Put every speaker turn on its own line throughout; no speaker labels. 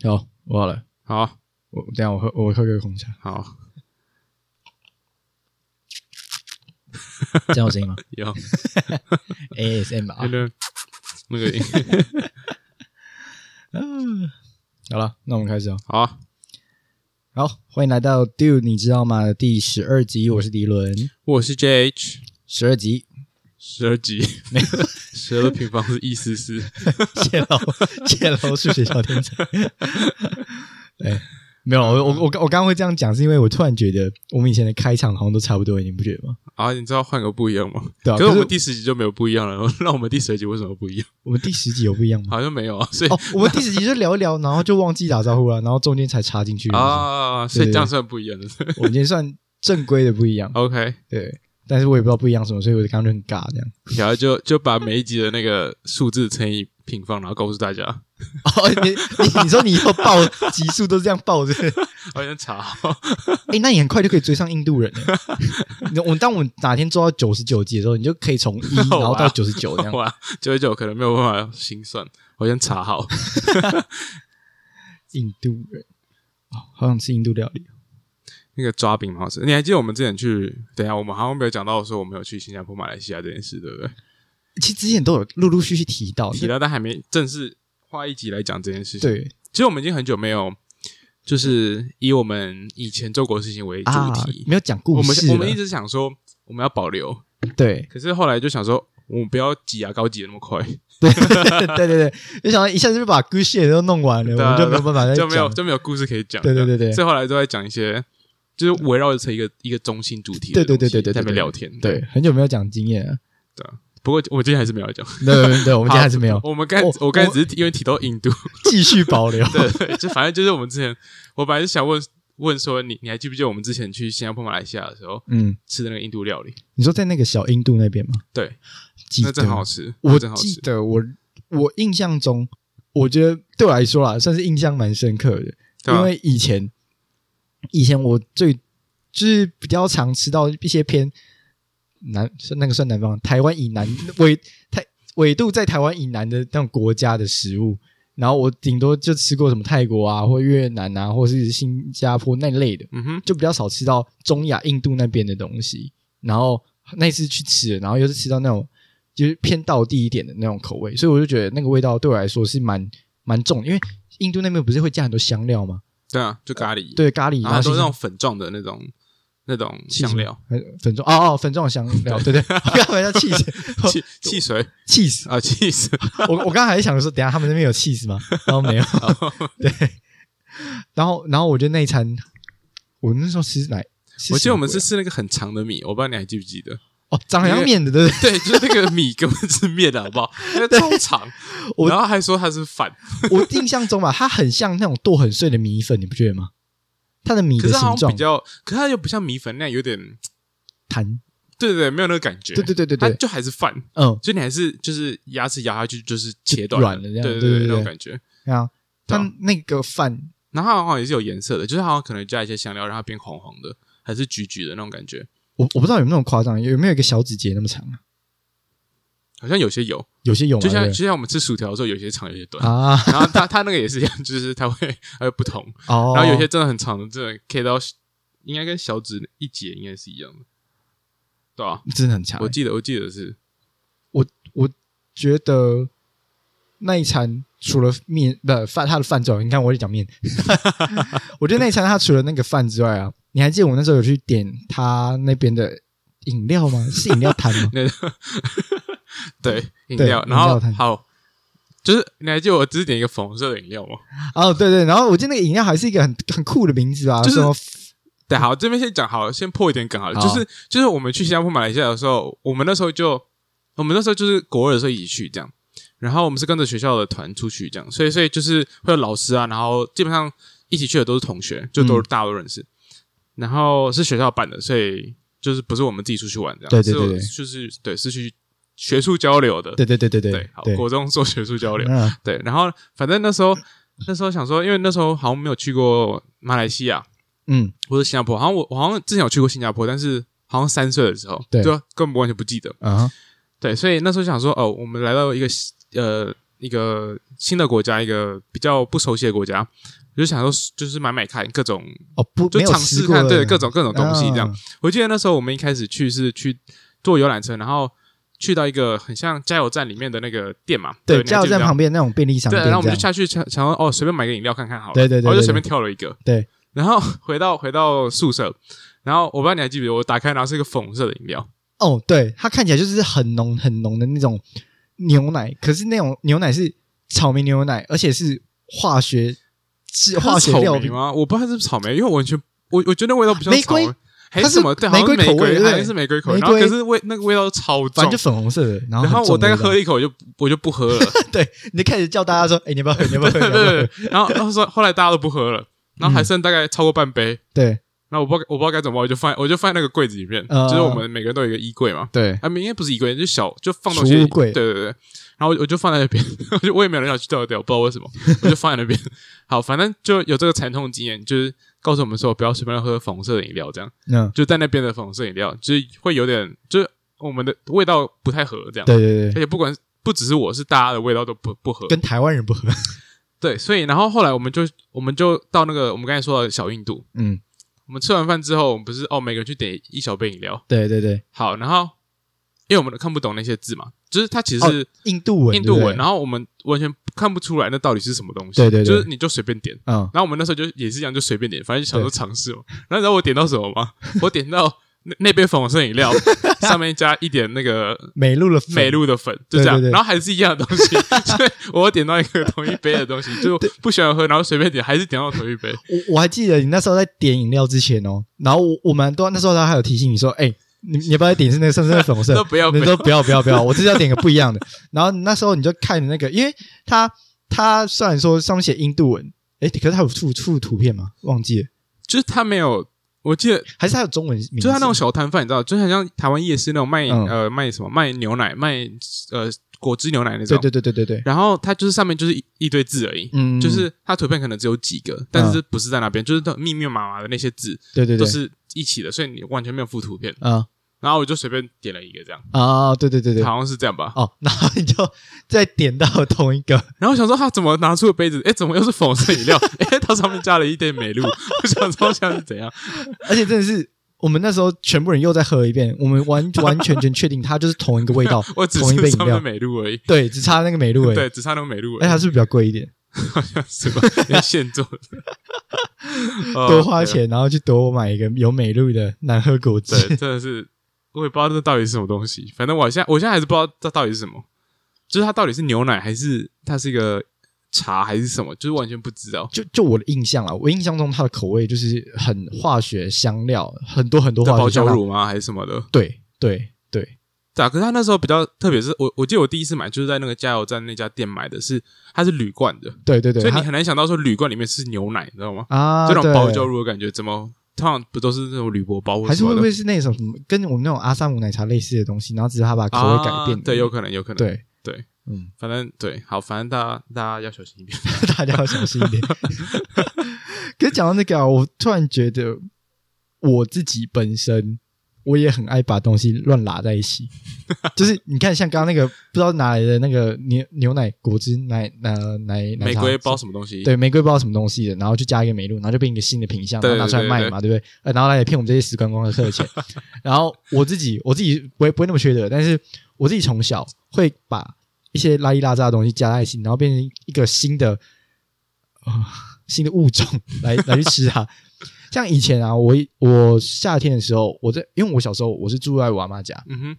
有，
我好了，
好，
我等一下我喝我喝个红茶，
好，
这样有声 音吗啊
有
？ASM
那
啊，
个那个音，
好了，那我们开始哦。
好，
好，欢迎来到 Do 你知道吗？第十二集，我是迪伦，
我是 JH，
十二 集，
十二级，十二平方是一丝丝，
借楼借 楼数学小天才。哎，没有，我我我刚我刚刚会这样讲，是因为我突然觉得我们以前的开场好像都差不多，你不觉得吗？
啊，你知道换个不一样吗？
对啊，
可是我们
第
第十集就没有不一样了，那我们第十集为什么 不一样？
我们第十集有不一样吗？
好像没有啊，所 以
哦，我们第十集就聊一聊，然后就忘记打招呼了，然后中间才插进去。
啊，所
哦对
以
对
这样算不一样的。
我们今天算正规的不一样，
OK，
对，但是我也不知道不一样什么，所以我刚刚就很尬这样。
然后就就把每一集的那个数字乘以平方，然后告诉大家。
哦，你你你说你以后报级数都是这样报 是不是？
好像查，
哎、那你很快就可以追上印度人了。 你我们当我们哪天做到九十九级的时候，你就可以从一然后到九十九这样。
哇，九九可能没有办法心算，我先查好。
印度人，哦，好想吃印度料理。
那个抓饼蛮好吃。你还记得我们之前去？等一下，我们好像没有讲到说我们有去新加坡、马来西亚这件事，对不对？
哦其实之前都有陆陆续续提到，
提到但还没正式花一集来讲这件事情。，
对
其实我们已经很久没有，就是以我们以前做过的事情为主
啊，
题。
没有讲
我
故
们
事了。
我们一直想说我们要保留，
对
可是后来就想说我们不要挤牙膏挤的那么快，
对对对，就想到一下子就把故事也都弄完了，
对
我
啊
们就没有办法再
就
哎讲
没有就没有故事可以讲。
对对对对
所以后来都在讲一些。就是围绕着一个一个中心主题的
对对对
东西
对对对
在那
对
边聊天，
对，很久没有讲经验了。
不过我今天还是没有讲，
对对对，我们今天还是没有
我们刚
我
我刚才
我
只是提因为提到印度，
继续保留。
对 对，就反正就是我们之前，我本来是想问问说你你还记不记得我们之前去新加坡、马来西亚的时候
嗯，
吃的那个印度料理？
你说在那个小印度那边吗？
对，
记
那
得
真好吃，
我
那真好
记
吃。
得我我印象中，我觉得对我来说啦，算是印象蛮深刻的，
对啊
因为以前以前我最就是比较常吃到一些偏南，是那个算南方，台湾以南纬台纬度在台湾以南的那种国家的食物。然后我顶多就吃过什么泰国啊，或越南啊，或是新加坡那类的，
嗯哼，
就比较少吃到中亚、印度那边的东西。然后那次去吃了，然后又是吃到那种就是偏道地一点的那种口味，所以我就觉得那个味道对我来说是蛮蛮重的，因为印度那边不是会加很多香料吗？
对啊，就咖喱，，
对，咖喱，然后
然后啊都
是
是那种粉状的那种那种
气
香料，
粉状，哦哦，粉状香料，对对， 我刚才叫 cheese
汽汽水
cheese，
啊，汽水，
我我刚才还想说，等一下他们那边有 cheese 吗？然后没有，
哦
对，然后然后我觉得那一餐，我那时候吃哪？
我
什
记得
么
我们
鬼
是
啊
吃那个很长的米，我不知道你还记不记得？
哦，长阳面的，对不对？
对，就是那个米根本是面的好不好？那个超长，
我
然后还说它是饭，
我印象中吧，它很像那种剁很碎的米粉，你不觉得吗？它的米
可
的
是它好
形
像
状
比较，可是它又不像米粉那样有点，
弹，
对对对，没有那个感觉，
对对对对
它
对，
就还是饭，
嗯，
所以你还是就是牙齿咬下去就是切
就
断
软了这样
对
对
对
对对
那种感觉。
对啊，
对
它
啊
那个饭
然后它好像也是有颜色的，就是它好像可能加一些香料让它变红红的，还是橘橘的那种感觉，
我我不知道有没有那么夸张，有没有一个小指节那么长啊？
好像有些有，
有些有吗？
就像
对不对
就像我们吃薯条的时候有些长有些短。
啊，
然后它它那个也是一样，就是它会它会不同。
哦，
然后有些真的很长的，真的可以到应该跟小指一节应该是一样的，对吧、啊
真的很强欸、
我记得我记得是？
我觉得那一餐除了面不饭，它的饭之外，你看我也讲面，我觉得那一餐它除了那个饭之外啊，你还记得我那时候有去点它那边的饮料吗？是饮料摊吗
那个对饮
对
料，
饮
然后
料摊
好。就是你还记得我只是点一个粉红色的饮料吗？
哦，对对，然后我记得那个饮料还是一个很很酷的名字啊，
就是
什么
对，好，这边先讲好，先破一点梗好了。
好
就是就是我们去新加坡、马来西亚的时候，我们那时候就我们那时候就是国二的时候一起去这样，然后我们是跟着学校的团出去这样，所以所以就是会有老师啊，然后基本上一起去的都是同学，就都是
嗯
大家都认识，然后是学校办的，所以就是不是我们自己出去玩这样，
对对对对
是就是对是去学术交流的，
对对对对对
对，好，国中做学术交流，
嗯
对，然后反正那时候那时候想说，因为那时候好像没有去过马来西亚，
嗯，
或者新加坡，好像我我好像之前有去过新加坡，但是好像三岁的时候，
对
就根本完全不记得。
啊，
对，所以那时候想说，哦，我们来到一个呃一个新的国家，一个比较不熟悉的国家，我就想说就是买买看各种，
哦，不，
就
没有
尝
吃
试
过
看
的
对各种各种东西这样。
啊
我记得那时候我们一开始去是去坐游览车，然后去到一个很像加油站里面的那个店嘛，
对，
你还
加
记
油
得
站
吗
旁边那种便利商
对，
店这
然后我们就
样，
下去想想说哦，随便买个饮料看看好了，
对对对
然后就
对
随便
对
挑了一个，
对，
然后回到回到宿舍，然后我不知道你还记不记得，我打开然后是一个粉红色的饮料，
哦，对，它看起来就是很浓很浓的那种牛奶，可是那种牛奶是草莓牛奶，而且是化学是化
它是
学
草
料
莓
理，
吗？我不知道它是不是草莓，因为我完全我我觉得味道不像
玫
草
瑰
莓，还
它
是
是
什么？对，好像
玫瑰
是玫
口味
瑰，
对
好像是玫瑰口味，
玫
然后可
瑰
是味那个味道超
反
重
正就。粉红色的，然后
然后
很重
我大概
的味道
喝一口我就我就不 喝了，
对，你就开始叫大家说，哎，你要不要喝？你要不要喝？你要
对
不要 喝？
对对。然后然后说后来大家都不喝了，然
嗯
后还剩大概超过半杯，
对
然后我不知道我不知道该怎么办，我就放在我就放在那个柜子里面，
呃
就是我们每个人都有一个衣柜嘛，
对，
啊，应该不是衣柜，就小就放东
储
西
物柜
对对对。然后我我就放在那边， 我就我也没有人想去倒掉，不知道为什么，我就放在那边。 好，反正就有这个惨痛经验，就是告诉我们说不要随便喝粉红色的饮料，这样
嗯，
就在那边的粉红色饮料，就是会有点，就是我们的味道不太合这样。
对对
而
对，
且不管不只是我是大家的味道都不不合。
跟台湾人不合，
对，所以然后后来我们就我们就到那个我们刚才说的小印度，
嗯，
我们吃完饭之后，我们不是哦每个人去点一小杯饮料，
对对对，
好，然后因为我们都看不懂那些字嘛，就是它
哦
其实是。
印度文，
印度
对不
文，
对
然后我们完全看不出来那到底是什么东西，
对对对
就是你就随便点。
嗯，
然后我们那时候就也是一样，就随便点，反正就想说 尝试嘛。然后你知道我点到什么吗？我点到 那那杯粉红色 饮料上面加一点那个
美露的粉
美露的粉，就这样，
对对对
然后还是一样的 东西，所以我点到一个同一杯的东西，就不喜欢喝，然后随便点，还是点到同一杯。
我我还记得你那时候在点饮料之前哦，然后我我们都那时候他还有提醒你说，哎、你你要不要再点是那个深深的粉红色？
都不要
你
不
说不要不要不要，我就是要点个不一样的。然后那时候你就看那个，因为他他虽然说上面写印度文，哎、可是他有附附图片吗？忘记了，
就是他没有，我记得
还是他有中文名字？
就是他那种小摊贩，你知道，就很像台湾夜市那种卖、
嗯
呃卖什么卖牛奶卖呃果汁牛奶那种
对，对对对对对，
然后它就是上面就是一一堆字而已，
嗯，
就是它图片可能只有几个，但是不是在那边，就是都密密麻麻的那些字
对对
都
对，
是一起的，所以你完全没有附图片。
啊
然后我就随便点了一个这样，
啊，对对对对，
好像是这样吧。
哦， 然后你就再点到同一个，
然后想说他怎么拿出杯子，哎，怎么又是粉红色饮料？哎，它上面加了一点美露，我想说像是怎样？，
而且真的是。我们那时候全部人又再喝一遍，我们完完全全确定它就是同一个味道
我只
同一杯
是
饮
上
料
面，美露而已，
对， 只差那个美露而已。
对，只差那个美露
哎，它
而已，
是不是比较贵一点？
好像是吧？因为现做 的，哦
多花。钱，然后去多买一个有美露的难喝果汁
对，。对真的是我也不知道这到底是什么东西。反正我现在我现在还是不知道这到底是什么，就是它到底是牛奶还是它是一个茶还是什么，就是完全不知道。
就就我的印象啦，我印象中它的口味就是很化学香料，很多很多化
包
学香
胶
料。
乳吗？还是什么的？
对对对，
对啊，可是它那时候比较特别，是我我记得我第一次买就是在那个加油站那家店买的是，它是铝罐的，
对对对，
所以你
它
很难想到说铝罐里面是牛奶，你知道吗？
啊，
这种
对
包胶乳的感觉，怎么通常不都是那种铝箔包或
还
什
是
么
会不
的？
会是那种什么跟我们那种阿萨姆奶茶类似的东西，然后只是它把口味改变
啊
了？
对，有可能，有可能，
对
对，
嗯，
反正对，好，反正大家大家要小心一点。
大家要小心一点。可是讲到那个、啊，我突然觉得我自己本身我也很爱把东西乱拉在一 起，就是你看像刚刚那个不知道哪来的那个牛牛奶果汁奶奶奶奶
玫
茶
瑰包什么东西？
对玫瑰不知道什么东西的，然后就加一个梅露，然后就变一个新的品相，然
对
后拿出来卖嘛，对不对？呃然后来骗我们这些死观光客的 钱。然后我自己我自己不会不会那么缺德，但是我自己从小会把一些拉里拉杂的东西加在一起，然后变成一个新的、呃新的物种来来去吃它。 像以前啊，我我夏天的时候，我在因为我小时候我是住在我阿妈家，
嗯哼，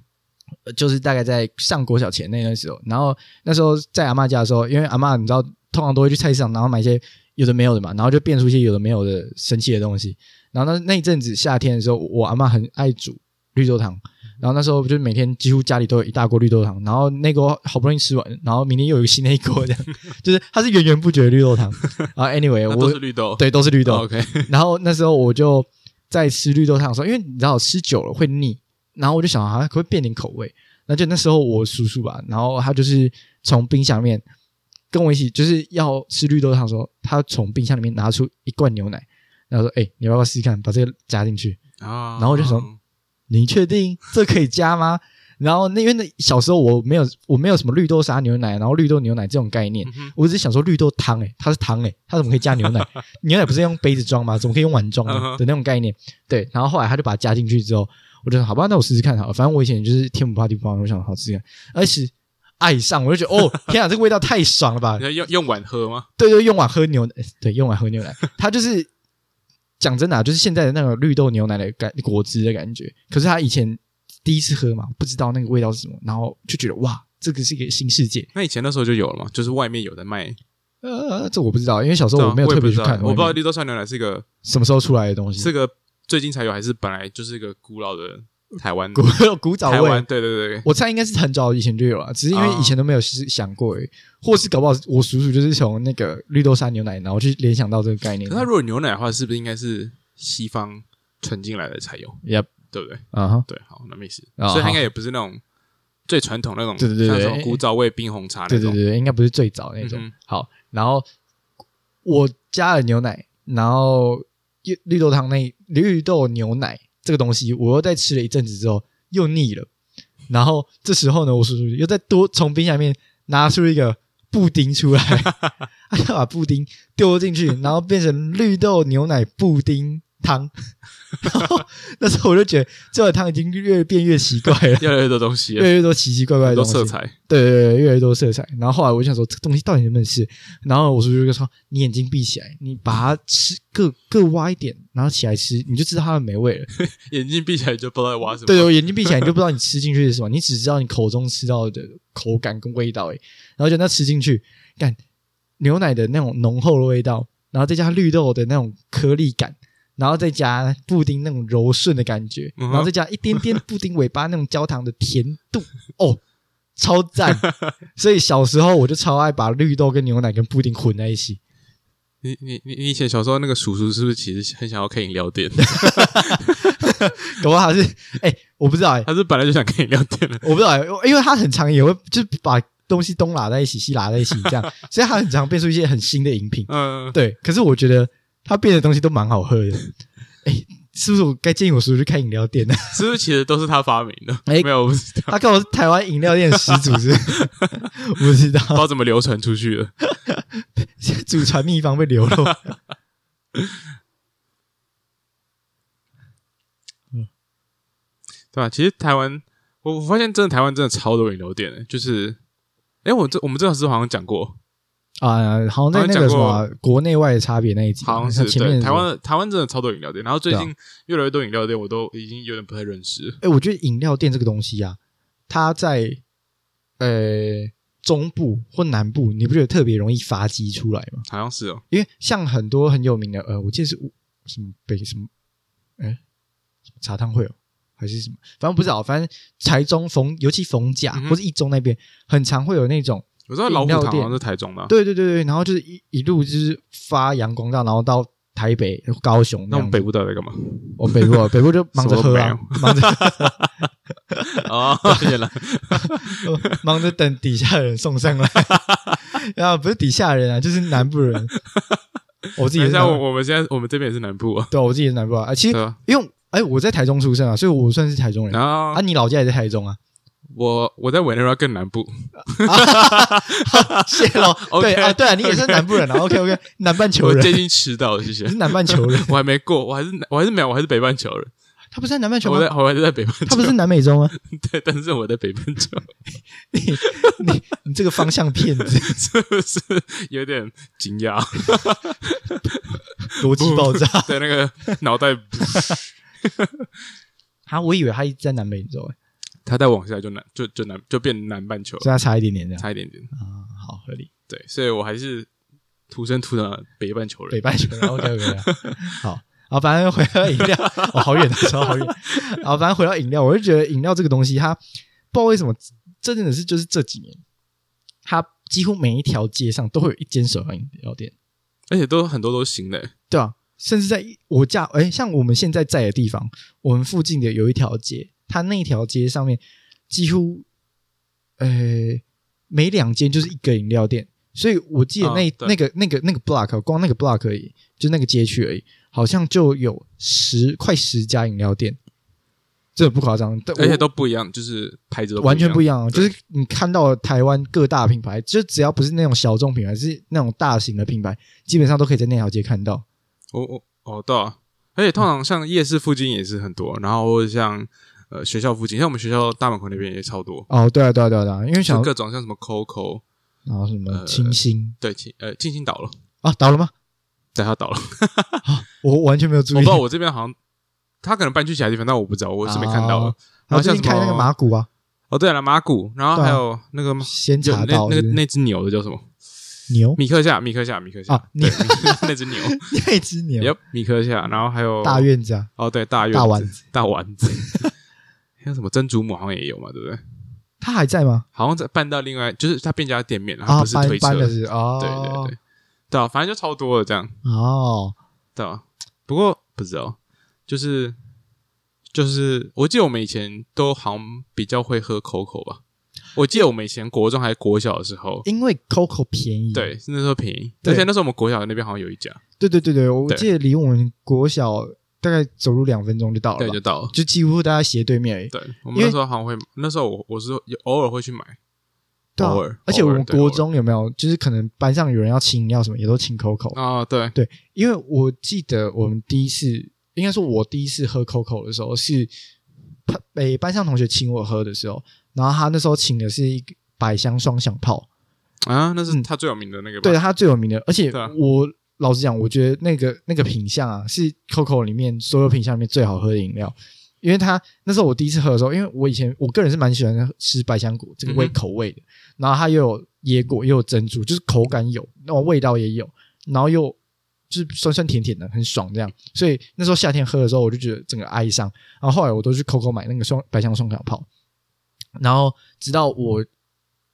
呃就是大概在上国小前那段时候，然后那时候在阿嬷家的时候，因为阿嬷你知道，通常都会去菜市场，然后买一些有的没有的嘛，然后就变出一些有的没有的神奇的东西。然后那那一阵子夏天的时候，我阿嬷很爱煮绿豆汤，
嗯
然后那时候就是每天几乎家里都有一大锅绿豆汤，然后那锅好不容易吃完，然后明天又有一个新的一锅，这样 就是它是源源不绝的绿豆 汤。然后 anyway，
那都
我
是绿豆，哦
对都是绿豆，
，OK，
然后那时候我就在吃绿豆汤的时候，因为你知道吃久了会腻，然后我就想啊，可不可以变点口味？那就那时候我叔叔吧，然后他就是从冰箱里面跟我一起，就是要吃绿豆汤的时候，他从冰箱里面拿出一罐牛奶，然后说：“哎、你要不要试试看，把这个加进去
啊
然后我就想
嗯？”
你确定这可以加吗？然后那因为那小时候我没有我没有什么绿豆沙牛奶，然后绿豆牛奶这种概念，
嗯
我只是想说绿豆汤诶、它是汤诶、它怎么可以加 牛奶？牛奶不是用杯子装吗？怎么可以用碗装
嗯哼
呢？的那种概念。对，然后后来他就把它加进去之后，我就说好吧，那我试试看好了。反正我以前就是天不怕地不怕，我想好试试看，而且爱上我就觉得哦，天啊，这个味道太爽了吧
你！在用用碗喝吗？
对对，用碗喝牛奶，呃对，用碗喝牛奶，它就是讲真的、啊，就是现在的那个绿豆牛奶的感果汁的感觉。可是他以前第一次喝嘛，不知道那个味道是什么，然后就觉得哇，这个是一个新世界。
那以前那时候就有了嘛，就是外面有的卖，
呃，这我不知道，因为小时
对
候
啊
我没有
也
特
不
别
知
去
道
看，
我不知道绿豆酸牛奶是一个
什么时候出来的东西
是。个最近才有，还是本来就是一个古老的台湾
古古早
台湾？
味，
对对对对，
我猜应该是很早以前就有了，只是因为
啊
以前都没有思想过而已，或是搞不好我叔叔就是从那个绿豆沙牛奶，然后去联想到这个概念
可是。它如果牛奶的话，是不是应该是西方传进来的才有，
Yep，
对不对？
啊哈，
对，好，那没事。
啊
所以它
好
应该也不是那种最传统那种，
对对对
像什
对
么古早味冰红茶那
对
种。
对对，对应该不是最早那种。
嗯哼，
好，然后我加了牛奶，然后绿绿豆汤那绿豆牛奶这个东西，我又再吃了一阵子之后又腻了，然后这时候呢，我叔叔又再多从冰箱里面拿出一个布丁出来，他就把布丁丢进去，然后变成绿豆牛奶布丁汤。 然后那时候我就觉得这碗汤已经越变越奇怪了
越来越多东西
越
了，
来越多奇奇怪怪
很
的东
多
西
色。彩。
对对对，越来越多色彩。然后后来我就想说，这个东西到底能不能吃？然后我叔叔就说：“你眼睛闭起来，你把它吃各各挖一点，然后起来吃，你就知道它的美味了。
眼睛闭起来就不知道在挖什”么。
对，我眼睛闭起来，你就不知道你吃进去是什么，你只知道你口中吃到的口感跟味道。诶，然后就那吃进去，干牛奶的那种浓厚的味道，然后再加绿豆的那种颗粒感。然后再加布丁那种柔顺的感觉，
嗯哼
然后再加一点点布丁尾巴那种焦糖的甜度，哦，超 赞！所以小时候我就超爱把绿豆跟牛奶跟布丁混在一起。
你你你你以前小时候那个叔叔是不是其实很想要开饮料店？
搞不好是哎、我不知道哎、
他是本来就想开饮料店的。
我不知道、欸，因为他很常也会就是把东西东拉在一起，西拉在一起这样，所以他很常变出一些很新的饮品。
嗯，
对，可是我觉得他变的东西都蛮好喝 的。哎、是不是我该建议我叔叔去开饮料店呢？
是不是其实都是他发明的？
哎
没有，我不知道，
他跟我是台湾饮料店的始祖 是不是，我不知道
不知道怎么流传出去的。
祖传秘方被流露。
对吧、其实台湾，我我发现真的台湾真的超多饮料店的，就是，哎，我这我们这老师好像讲过，
啊，好，
好
那
像
那
讲
个什
过
么国内外的差别那一集，
好像是
啊前面
对
的时
台
候
湾的台湾真的超多饮料店，然后最
对啊
近越来越多饮料店我都已经有点不太认识了。
哎、我觉得饮料店这个东西啊，它在呃中部或南部，你不觉得特别容易发迹出来吗？
好像是哦，
因为像很多很有名的，呃，我记得是五什么北什么，哎、什么茶汤会哦，还是什么，反正不知道，反正台中逢尤其逢甲、
嗯哼
或者一中那边，很常会有那种，
我知道老虎
饮
堂
料
好
店
像是台中的啊、
对对对对，然后就是一一路就是发扬光大，然后到台北、高雄那
那我
样
们
子。
北部到底在 干嘛？
我北部啊，北部就忙着喝
什
啊
么，
忙着
哦，原来
忙着 等底下人送上 来，然后不是底下人啊，就是南部人。我自己也是
等一下，
南
我
部，
我们现在我们这边也是南部啊，
对啊，我自己也是南部啊。啊其实
对啊。
因为哎，我在台中出生啊，所以我算是台中人
然
啊。
后
你老家也在台 中啊？
我我在委内瑞拉更南 部，
谢喽。
哦 OK，
对啊，对啊，你也是南部人 啊。OK OK，南半球
我接
人，
近吃到了，谢谢
你是。南半球人。
我还没过，我还是我还是没有，我还是北半球人。
他不是在南半球
我在
吗？
我还是在北半球，
他不是南美洲 吗？
对，但是我在北半球，
你你这个方向骗子，
是不是有点惊讶？
逻辑爆炸
对，那个脑袋，
啊！我以为他一直在南美洲，哎
它再往下就南就就南就变南半球了，
所以他差一点点这样
差一点点。
啊，好合理。
对，所以我还是土生土长的北半球
北
人。
半球，OK OK，好。 啊，反正回到饮料，哦，好远，说好远。啊，反正回到饮料，我就觉得饮料这个东西，它不知道为什么，这真的是就是这几年，它几乎每一条街上都会有一间手摇饮料店，
而且都很多都是新的，
对啊，甚至在我家，哎、像我们现在在的地方，我们附近的有一条街，它那一条街上面几乎，呃，每两间就是一个饮料店，所以我记得那、
啊对
那个那个那个 block，光那个 block 而已，就那个街区而已，好像就有十快十家饮料店，这不夸张，但我
而且都不一样，就是牌子都
完全不一
样。
样哦。就
对
是你看到的台湾各大品牌，就只要不是那种小众品牌，是那种大型的品牌，基本上都可以在那条街看到。
我我哦，对啊，而且通常像夜市附近也是很多，然后或者像呃学校附近，像我们学校大门口那边也超多，
哦，对啊，对啊，对啊，对啊，因为
就
想
各种像什么 COCO，
然后什么
呃
清新
对，庆呃庆庆倒了，
啊，倒了吗？
对，它 倒了，
我完全没有注
我不
意
知，道我这边好像他可能搬去其他地方，但我不知道，我是没看到的。
哦
然后
最
像
近
什
开那个
么
马古啊，
哦，对了，马古，然后
对啊
还有那个
先
有
查
那
到
那个
是不是
那只牛的叫什么？
牛
米克夏，米克夏，米克夏
啊，
对，米克 那只牛，
那只 牛
耶，米克夏，然后还有
大院子啊，
哦，对，大院
大丸
子，大丸子， 还有什么珍珠母好像也有嘛，对不对？
他还在吗？
好像在搬到另外，就是他变家店面，然后
啊
不，是
搬
推车，
搬的
对
是哦，
对对，对啊，反正就超多了这样，
哦，
对啊。不过不知道，就是就是，我记得我们以前都好像比较会喝 COCO 吧，我记得我们以前国中还国小的时候，
因为 COCO 便宜，
对，是那时候便宜，
对
而且那时候我们国小那边好像有一家，
对对对对，我
对
记得离我们国小大概走路两分钟就到了
对，
吧
就，到了。
就几乎大家斜对面而已。
对，我
因
们
为
那时候好像会，那时候我我是有偶尔会去买，
对啊
偶尔
而且我
偶
们
尔对
国中有没有，就是可能班上有人要请饮料什么，也都请 COCO。
啊，对，
因为我记得我们第一次，应该说我第一次喝 COCO 的时候是，诶班上同学请我喝的时候，然后他那时候请的是一个百香双响炮，
啊，那是
嗯
他最有名的那个吧，
对他最有名的，而且
对啊
我。老实讲，我觉得那个那个品相啊，是 COCO 里面所有品相里面最好喝的饮料，因为它那时候我第一次喝的时候，因为我以前我个人是蛮喜欢吃百香果这个味
嗯哼
口味的，然后它又有椰果又有珍珠，就是口感有，那种味道也有，然后又就是酸酸甜甜的，很爽这样。所以那时候夏天喝的时候，我就觉得整个哀伤。然后后来我都去 COCO 买那个双百香双响炮，然后直到我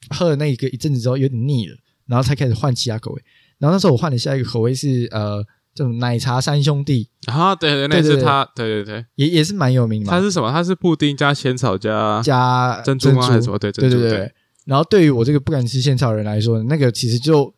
喝了那一个一阵子之后有点腻了，然后才开始换其他口味。然后那时候我换了下一个口味是呃，这种奶茶三兄弟，
啊，对对，那
对对
是
对
他，对对对，
也也是蛮有名的嘛
他，是什么？他是布丁加仙草加
加
啊珍珠吗？还是什么？对
对
珍珠，
对对。然后对于我这个不敢吃仙草的人来说，那个其实就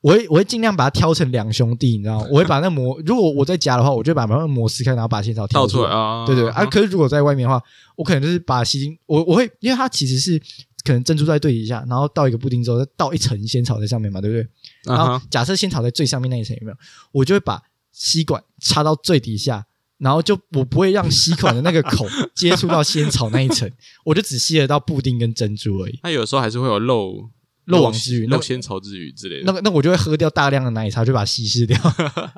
我会我会尽量把它挑成两兄弟，你知道吗？我会把那膜，如果我在家的话，我就把它们膜撕开，然后把仙草挑
倒出来
来。
啊，
对对
啊
啊，，可是如果在外面的话，我可能就是把吸金，我我会，因为它其实是可能珍珠在对底下，然后倒一个布丁之后，再倒一层仙草在上面嘛，对不对？然
啊
后
哈
假设仙草在最上面那一层有没有？我就会把吸管插到最底下，然后就我不会让吸管的那个 口接触到仙草那一层，我就只吸得到布丁跟珍珠而已。
那有时候还是会有漏
漏网之鱼那
漏仙草之鱼之类
那
的。
个那我就会喝掉大量的奶茶，就把它稀释 掉。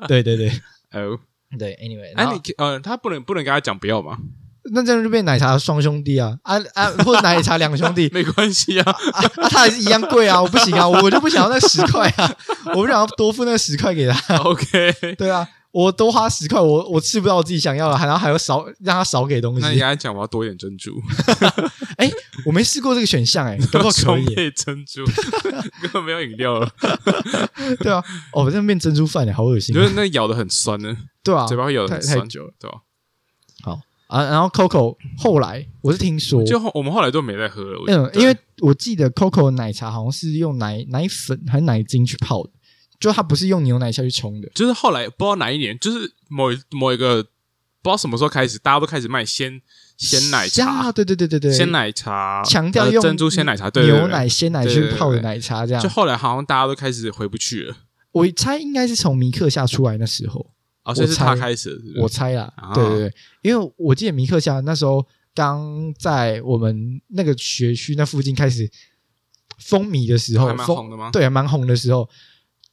对对对
哦，
对，anyway，
哎，
然后
你呃，他不能不能跟他讲不要 嘛，
那这样就变奶茶双兄弟啊啊啊，或奶茶两兄弟
没关系啊，
啊啊，他还是一样贵啊，我不行啊，我就不想要那十块啊，我不想要多付那十块给他。
OK，
对啊，我多花十块，我我吃不到我自己想要的，然后还要少让他少给东
那你跟
西。
他讲我要多一点珍珠，
我没试过这个选项哎、欸，搞不好可
双
以欸、
倍珍珠， 根本没有饮料了，
对啊，哦，这面珍珠饭欸好恶
你
心
觉
啊，
得那咬的很酸呢，
对啊
嘴巴会咬的
太
很
太
酸，
久了
对吧？
啊。然后 Coco 后来我是听说，
就后我们后来都没再喝了，我觉
嗯
得，
因为我记得 Coco 的奶茶好像是用奶奶粉还是奶精去泡的，就它不是用牛奶下去冲的。
就是后来不知道哪一年，就是某一某一个不知道什么时候开始，大家都开始卖鲜鲜奶茶
啊，、对对对对对，
鲜奶茶，
强调
呃
用
珍珠鲜奶茶，对对对
牛奶鲜奶
对
去
对对
泡的
对
奶茶这样
就。后来好像大家都开始回不去了，
我猜应该是从米克夏出来那时候，
哦，所以是他
猜
开始的，是不是
我猜啦
啊，
对对对，因为我记得米克夏那时候刚在我们那个学区那附近开始风靡的时候，
还蛮
风
红的吗
对，还蛮红的时候，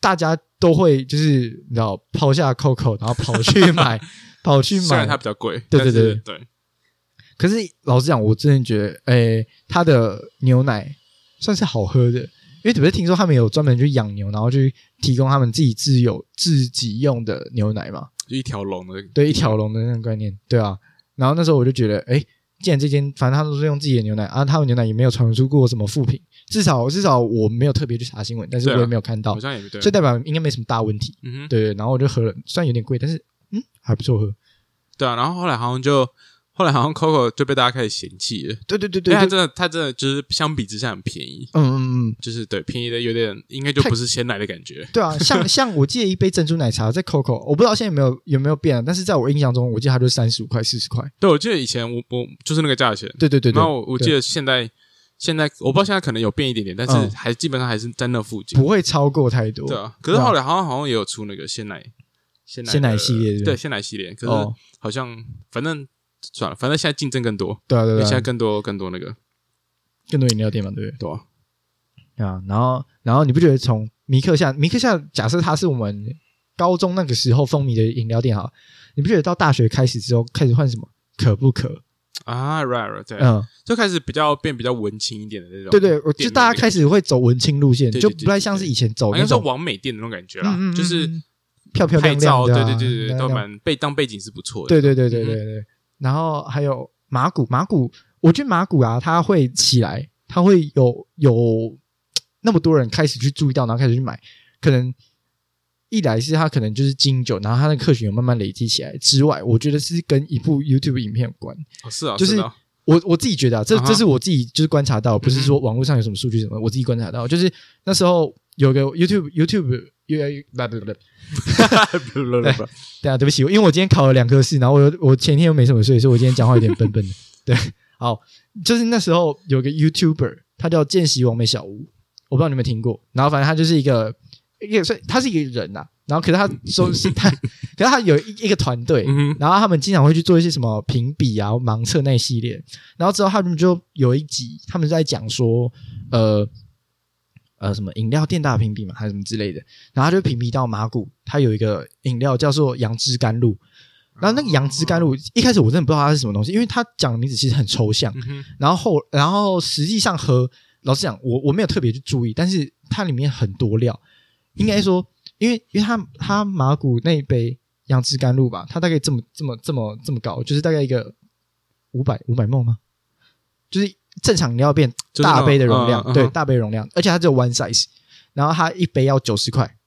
大家都会就是你知道抛下 COCO，然后跑去 买，跑去
虽然它
买。
比较贵，
对
但是
对对
对，
可是老实讲，我真的觉得，诶，它的牛奶算是好喝的，因为不是听说他们有专门去养牛，然后去提供他们自己自有自己用的牛奶嘛。
就一条龙的，
对一条龙的那种概念，对啊。然后那时候我就觉得，哎，既然这间反正他们都是用自己的牛奶啊，他们牛奶也没有传出过什么负评，至少至少我没有特别去查新闻，但是
对啊
我也没有看到，
好像也对
哦所以，代表应该没什么大问题。
嗯哼，
对，然后我就喝了，虽然有点贵，但是嗯还不错喝。
对啊，然后后来好像就。后来好像 Coco 就被大家开始嫌弃了，
对对对
因
对，
为它
对
真的它真的就是相比之下很便宜，
嗯嗯嗯，
就是对便宜的有点应该就不是鲜奶的感觉。
对啊，像 像我记得一杯珍珠奶茶在 Coco，我不知道现在有没有有没有变啊，但是在我印象中，我记得它就是三十五块四十块，
对，我记得以前我我就是那个价钱，
对对对对
然，后我我记得现在现在我不知道现在可能有变一点点，但
嗯
是还基本上还是在那附近。
不会超过太多，
对啊，可是后来好像好像也有出那个鲜奶鲜奶
鲜奶
的
系列对不对
对鲜奶系列，可
哦
是好像反正算了，反正现在竞争更多，
对啊对
因
啊
为现
对
在
啊，
更多更多那个
更多饮料店嘛，对不对？
对吧？
啊，然后然后你不觉得从米克夏，米克夏假设它是我们高中那个时候风靡的饮料店哈，你不觉得到大学开始之后开始换什么可不可？
啊，right right，对，啊
嗯，
就开始比较变比较文青一点的那种，
对对，我就
店的
大
那
家
个
开始会走文青路线，
对对
就
对
不太像是以前走
好
那
像是
种
完美店的那种感觉啦，
嗯嗯嗯
就是
嗯漂漂
拍
亮
照，
亮
对
的啊，
对对对，
亮
都
亮
蛮被当背景是不错的。
对对对对
嗯
对对。然后还有马古，马古，我觉得马古啊，它会起来，它会有有那么多人开始去注意到，然后开始去买。可能一来是它可能就是金酒，然后它的客群有慢慢累积起来之外，我觉得是跟一部 YouTube 影片有关。
哦是啊，
就是
是啊
我我自己觉得啊，这
啊哈
这是我自己就是观察到，不是说网络上有什么数据什么，我自己观察到，就是那时候有个 YouTube YouTube。越来越不不不，
不不不不
对啊，对不起，因为我今天考了两科试，然后我有我前天又没什么睡，所以我今天讲话有点笨笨的。对， 好，就是那时候有个 YouTuber，他叫见习王美小屋，我不知道你们听过。然后反正他就是一个一个，所以他是一个人呐、啊然后可是他说是他，可是他有一一个团队，
嗯哼
然后他们经常会去做一些什么评比啊、盲测那一系列。然后之后他们就有一集，他们在讲说，呃呃，什么饮料店大评比嘛，还是什么之类的。然后他就评比到马古，它有一个饮料叫做杨枝甘露。然后那个杨枝甘露，一开始我真的不知道它是什么东西，因为它讲的名字其实很抽象。
嗯哼
然后后，然后实际上喝，老实讲，我我没有特别去注意，但是它里面很多料，应该说，因为因为它它马古那一杯杨枝甘露吧，它大概这么这么这么这么高，就是大概一个五百五百梦吗？就是正常你要变
就是那种
大杯的容量，
嗯嗯
对，
嗯
大杯容量，而且它只有 one size，然后它一杯要九十块，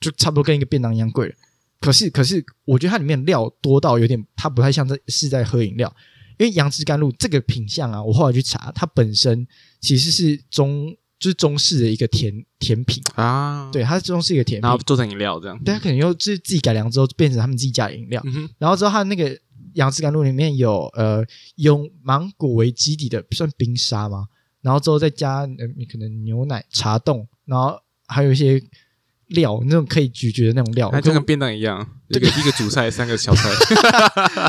就差不多跟一个便当一样贵了。可是可是，我觉得它里面料多到有点，它不太像在是在喝饮料，因为杨枝甘露这个品相啊，我后来去查，它本身其实是中就是中式的一个甜甜品，
啊，，
对，它是中式一个甜
然后
品，
做成饮料这样，
对，它可能又自自己改良之后变成他们自己家的饮料，
嗯哼，
然后之后它那个杨枝甘露里面有呃用芒果为基底的算冰沙吗？然后之后再加呃你可能牛奶、茶冻，然后还有一些料那种可以咀嚼的那种料，
它就
跟
跟便当一样，一个一个主菜，三个小菜，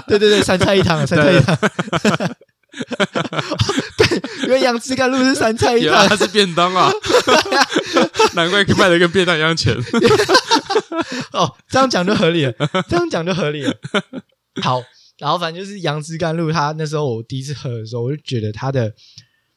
对对对，三菜一汤，啊，三菜一汤。 因为杨枝甘露是三菜一
原来
汤，
它是便当啊， 难怪卖的跟便当一样钱。
哦，这样讲就合理了，这样讲就合理了。好，然后反正就是杨枝甘露，它那时候我第一次喝的时候，我就觉得它的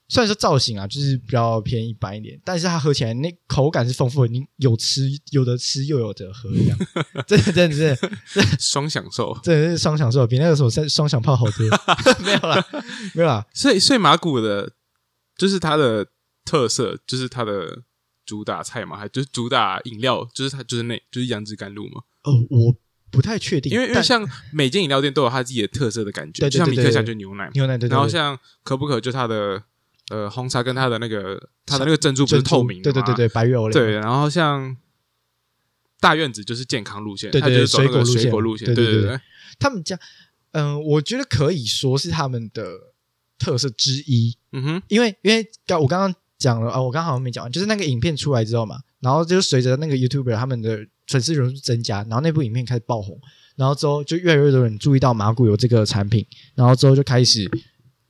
虽然说造型啊，就是比较偏一般一点，但是它喝起来那口感是丰富的，你有吃有的吃又有的喝，这样 真的真的真的
双享受。
真的是双享受，比那个时候三双享泡好多。 没有啦，没有啦，
所以，所以马古的，就是它的特色，就是它的主打菜嘛，还就是主打饮料，就是它就是那就是杨枝甘露嘛。
哦，我不太确定，
因为因为
但
像每间饮料店都有它自己的特色的感觉，
对对
就像米
对对
克夏
对
就牛奶，
牛奶对，对
然后
对
像可不可就它的呃红茶跟它的那个它的那个珍珠不
珍
是
珠
透明的
对对
吗
对对，白玉欧蕾，
对，然后像大院子就是健康路线，
对对
它就是走那
水果
个
路线
水果路线，
对对
对
对他们家，嗯、我觉得可以说是他们的特色之一，
嗯哼，
因为因为刚我刚刚讲了啊，我刚刚好像没讲完，就是那个影片出来之后嘛，然后就随着那个 YouTuber 他们的粉丝人数增加，然后那部影片开始爆红，然后之后就越来越多人注意到麻古有这个产品，然后之后就开始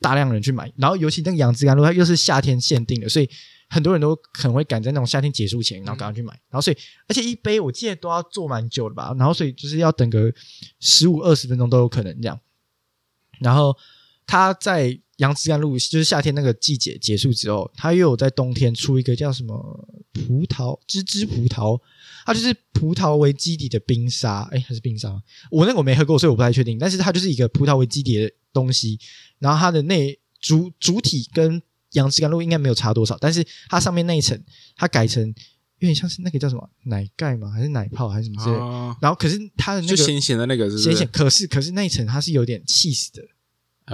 大量人去买，然后尤其那个杨枝甘露，它又是夏天限定的，所以很多人都可能会赶在那种夏天结束前，然后赶快去买，然后所以而且一杯我记得都要做蛮久的吧，然后所以就是要等个十五二十分钟都有可能这样，然后它在杨枝甘露就是夏天那个季节结束之后，它又有在冬天出一个叫什么葡萄芝芝葡萄，它就是葡萄为基底的冰沙，哎，还是冰沙吗？我那个我没喝过，所以我不太确定。但是它就是一个葡萄为基底的东西，然后它的内主主体跟杨枝甘露应该没有差多少，但是它上面那一层它改成有点像是那个叫什么奶盖吗？还是奶泡还是什么之类的？
啊，
然后可是它的那
就
个
咸咸的那个是不
咸
是
咸，可是可是那一层它是有点 cheese 的，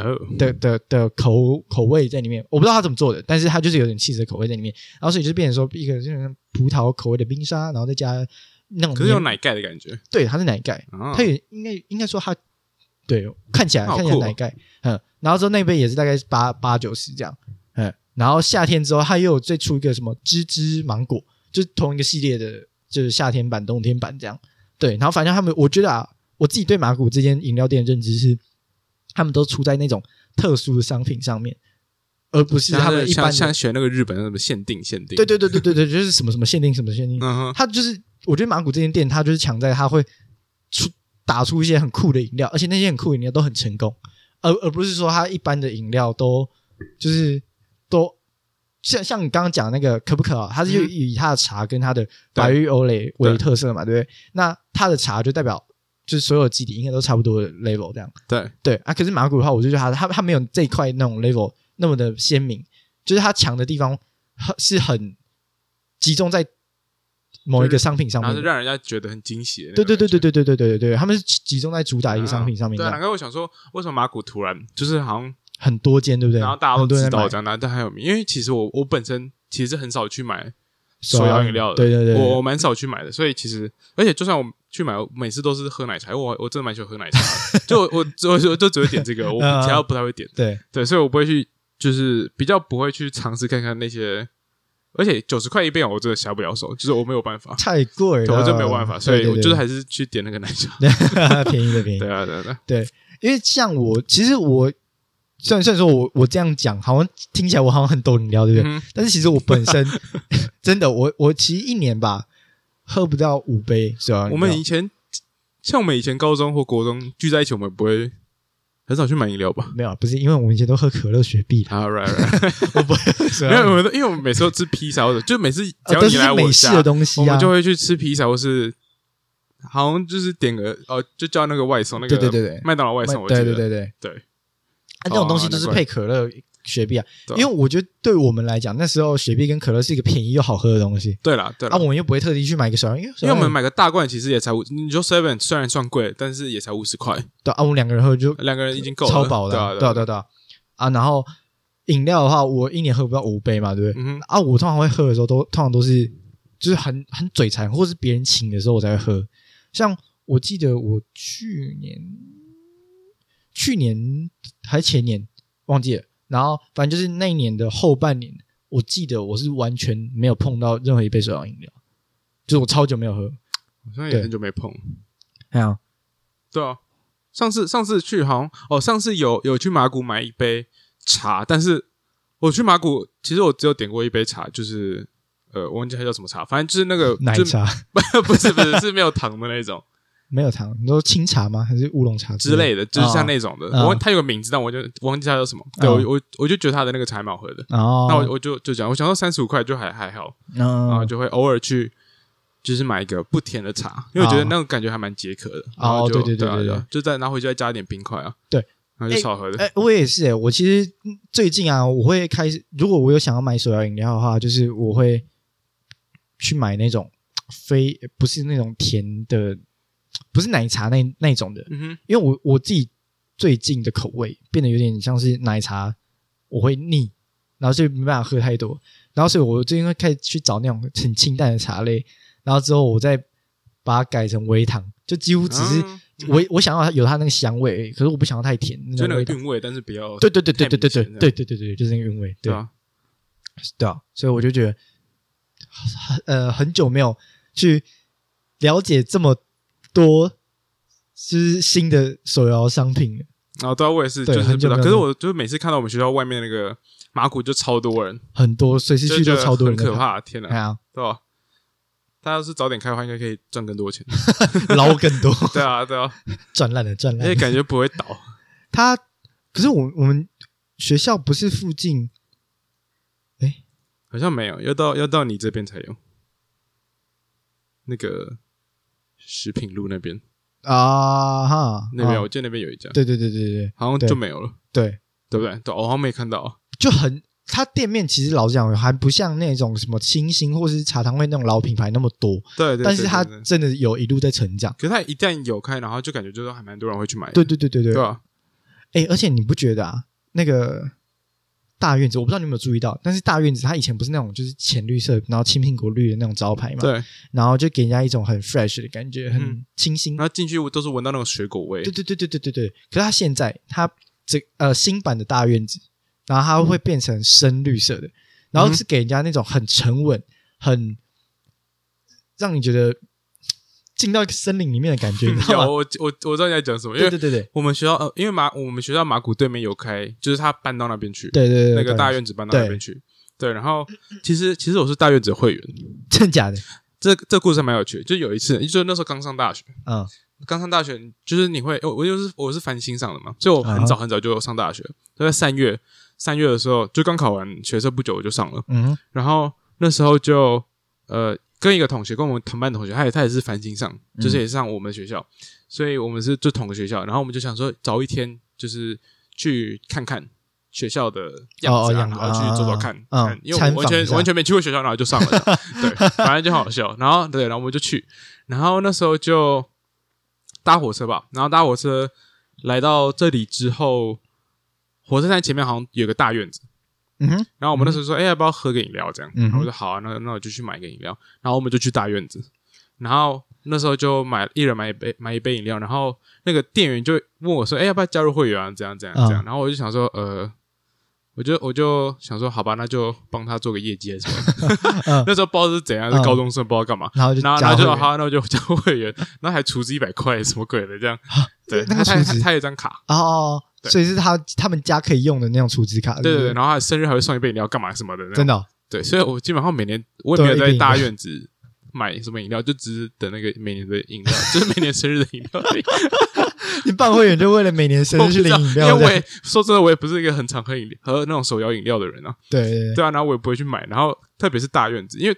哦，
的的的口口味在里面，我不知道他怎么做的，但是他就是有点 cheese 的口味在里面，然后所以就变成说一个就是葡萄口味的冰沙，然后再加那种
可是有
黏，
奶盖的感觉，
对，它是奶盖，
啊
它也应该应该说它对看起来
好
看起来
酷哦
奶盖，嗯，然后之后那杯也是大概是八八九十这样，嗯，然后夏天之后它又有再出一个什么芝芝芒果，就是同一个系列的，就是夏天版、冬天版这样，对，然后反正他们我觉得啊，我自己对马古这间饮料店的认知是，他们都出在那种特殊的商品上面，而不是
像
他们一般
像
的
像，学那个日本那什么限定限定，
对，对对对对对，就是什么什么限定什么限定，
嗯哼，
它就是我觉得马古这间店，它就是强在它会出打出一些很酷的饮料，而且那些很酷的饮料都很成功，而而不是说它一般的饮料都就是都像像你刚刚讲那个可不可啊，它是就
嗯
以它的茶跟它的白玉欧蕾为特色嘛，对不对？那它的茶就代表就是所有基底应该都差不多的 level 这样，
对，
对啊。可是马古的话，我就觉得它它它没有这一块那种 level 那么的鲜明，就是它强的地方很是很集中在某一个商品上
然
面的
后就。让人家觉得很惊喜的那
对
种
对
感觉，嗯
对对对对对对对对，他们是集中在主打一个商品上面
对
的，
啊，难怪我想说，为什么马古突然就是好像，
很多间对不对？啊
然后大家都
很多人在
知道
买
这样，然后但还有名，因为其实我我本身其实很少去买
手
手
摇
摇
饮
饮料的，
对对对对
我我蛮少去买的，所以其实而且就算我去买，我每次都是喝奶茶，因为我我真的蛮喜欢喝奶茶的，就 我我我我就只会点这个，我
嗯
其他不太会点，
对
对，所以我不会去，就是比较不会去尝试看看那些，而且九十块一杯哦我真的下不了手，就是我没有办法，
太贵
对
了，
我真没有办法，所以
对
我
对
就是
对。
还是去点那个奶茶
便宜的便宜
对。啊，对啊对啊，
因为像我，其实我虽然虽然说我我这样讲，好像听起来我好像很懂饮料，对啊不对？
嗯哼
但是其实我本 身真的，我我其实一年吧喝不到五杯手摇饮料。
我们以前像我们以前高中或国中聚在一起，我们不会很少去买饮料吧啊
没有，不是因为我们以前都喝可乐、雪碧啦，
？All right，, right.
我不会喝手
因
摇饮料
为我们都因为我们每次都吃披萨，或者就每次只
啊
要
都
你来
是
我
美式
家，
的东西
我
啊
们就。会去吃披萨，或是好像就是点个哦，就叫那个外送，那个
对对对对
麦当劳外送，我记
对
得
对对对
对
啊，那种东西
哦
都是
难怪
配可乐、雪碧啊，
对
因为我觉得对我们来讲，那时候雪碧跟可乐是一个便宜又好喝的东西，
对啦对啦
啊，我们又不会特地去买一个手摇饮，因为手
因
摇饮
为我们买个大罐其实也才五，你说 seven 虽然算贵，但是也才五十块，
对啊，我们两个人喝就
两个人已经够了
超饱
对
了
啊
啊，
对
对啊对啊对啊啊，然后饮料的话，我一年喝不到五杯嘛，对不对？
嗯哼，
啊，我通常会喝的时候都通常都是就是很很嘴馋，或是别人请的时候我才会喝。像我记得我去年、去年还前年忘记了，然后反正就是那一年的后半年，我记得我是完全没有碰到任何一杯手摇饮料，就是我超久没有喝。
好像也
对
很久没碰，
哎呀，
对啊，上次上次去好像哦，上次有有去马古买一杯茶，但是我去马古其实我只有点过一杯茶，就是呃，我忘记它叫什么茶，反正就是那个
奶
就
茶
不是不是是没有糖的那种
没有糖，你说清茶吗？还是乌龙茶
之类的，就是像
哦
那种的，
嗯
我忘它有个名字，但我就我忘记它叫什么，对
嗯
我我我就觉得它的那个茶蛮好喝的。
哦，
那我我就就讲，我想到三十五块就还还好，
嗯
然后就会偶尔去就是买一个不甜的茶，因为我觉得那种感觉还蛮解渴的。
啊哦
然后就
对对对
对啊
对对
啊就再拿回去再加一点冰块啊。
对，
然后就超好喝的。
哎、我也是哎、我其实嗯最近啊，我会开始，如果我有想要买手摇饮料的话，就是我会去买那种非不是那种甜的，不是奶茶那那种的，
嗯
因为我我自己最近的口味变得有点像是奶茶，我会腻，然后就没办法喝太多，然后所以我最近会开始去找那种很清淡的茶类，然后之后我再把它改成微糖，就几乎
哼，
只是。
啊
我我想要它有它那个香味而已，可是我不想要太甜，那
就
种
那
味
个
道。
韵味，但是比较
对对对对
太
对对对对
明显这样
对对对对，就是那个韵味，对
对啊，
对啊，所以我就觉得，呃，很久没有去了解这么多就是新的手摇商品了。
然后对啊，我也是，就
对
是
很
不知
久
道。
没有
可是
喝
我就是每次看到我们学校外面那个马古就超多人，
很多随时
就
去
觉
都
得
超多人
很
在看，
可怕，天
哎
哪，
呀，
对吧？他要是早点开的话，应该可以赚更多 钱。
捞更多，
对啊，对啊，
赚烂了，赚
而
烂
且
了。
感觉不会倒。
他可是我我们学校不是附近，
好像没有，要到要到你这边才有。那个食品路那边，
啊哈，
那边、
啊
我记得那边有一家，
哦对对对对对
好像
对
就没有了，
对，
对不对？对，我好像没看到。
就很，它店面其实老实讲还不像那种什么清新或是茶汤会那种老品牌那么多，
对对对
但是
对
它
对
真的有一路在成长。
可是它一旦有开，然后就感觉就是还蛮多人会去买的。
对对对对对，
哎对啊
哎、
吧？
哎、而且你不觉得啊，那个大院子，我不知道你有没有注意到，但是大院子它以前不是那种就是浅绿色，然后青苹果绿的那种招牌嘛，
对，然
然后就给人家一种很 fresh 的感觉，很
嗯
清新。
后进去都是闻到那种水果味
对，对对对对对对。可是它现在它这呃新版的大院子，然后它会变成深绿色
嗯
的，然后是给人家那种很沉稳、很让你觉得嘖进到一个森林里面的感觉，你知道
有
吗？
我我我知道你在讲什么，因
对
为
对对对
我们学校呃，因为马我们学校马古对面有开，就是他搬到那边去，
对对对，
那个
对
大院子搬到那边去。对，然后其实其实我是大院子会员，
真假的，
这这故事还蛮有趣的。就有一次，就是那时候刚上大学，
嗯
刚上大学就是你会，我我就是我是繁星上的嘛，所以我很早很早就上大学，就在三月三月的时候，就刚考完学测不久我就上了，
嗯
然后那时候就呃跟一个同学，跟我们同班同学，他也他也是繁星上，
嗯
就是也是上我们学校，所以我们是就同个学校，然后我们就想说找一天就是去看看。学校的样
哦哦
子、啊，
样
然
子
后去走走看，
嗯嗯
看因为
参
我
访
完
一
全
下
完全没去过学校，然后就上了这样，对，反正就好好笑。然后对，然后我们就去，然后那时候就搭火车吧，然后搭火车来到这里之后，火车站前面好像有个大院子，
嗯哼
然后我们那时候说，哎、要不要喝个饮料？这样，
嗯哼
然后我说好啊，那那我就去买个饮料。然后我们就去大院子，然后那时候就买一人买一杯买一杯饮料，然后那个店员就问我说，哎、要不要加入会员啊？这样这样
嗯
这样。然后我就想说，呃，我就我就想说，好吧，那就帮他做个业绩还是什么
嗯。
那时候不知道是怎样，是
嗯
高中生，不知道干嘛。
然后就
然后
加
他
入
就
会
说
员
好啊，那我就加入会员，然后还储值一百块，什么鬼的这样？对，
啊那个
他他
储值
他他有一张卡，
哦哦，哦
对
所以是他他们家可以用的那种储值卡，
对对
不
对，然后他生日还会送一杯饮料，干嘛什么的那种。
真的哦
对，所以我基本上每年我也没有
都有一
在
瓶
大院子买什么饮料，就只是等那个每年的饮料，就是每年生日的饮 料而已。
你办会员就为了每年生日去领饮料，
因为我
对
也说真的，我也不是一个很常喝饮喝那种手摇饮料的人啊。
对对
对啊，然后我也不会去买，然后特别是大院子，因为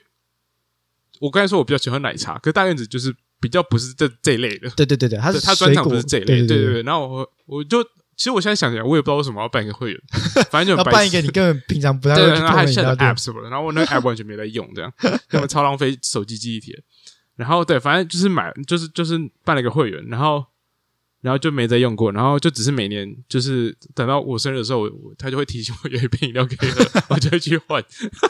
我刚才说我比较喜欢奶茶，可是大院子就是比较不是这这一类的，
对对对对，他
对
是
它专
水
场
果
不是这一类，
对
对
对，
对。然后我我就其实我现在想起来，我也不知道为什么要办一 个会员，反正就
要
很白
办一
痴
个你根本平常不太
对，
会去
然后
碰
还
的饮
下
料
载
店
app，什么的，然 后我那个 app 完全没在用，这样，根本超浪费手机记忆体的。然后对，反正就是买，就是就是办了一个会员，然后然后就没再用过，然后就只是每年就是等到我生日的时候，我我他就会提醒我有一杯饮料可以喝，我就会去换，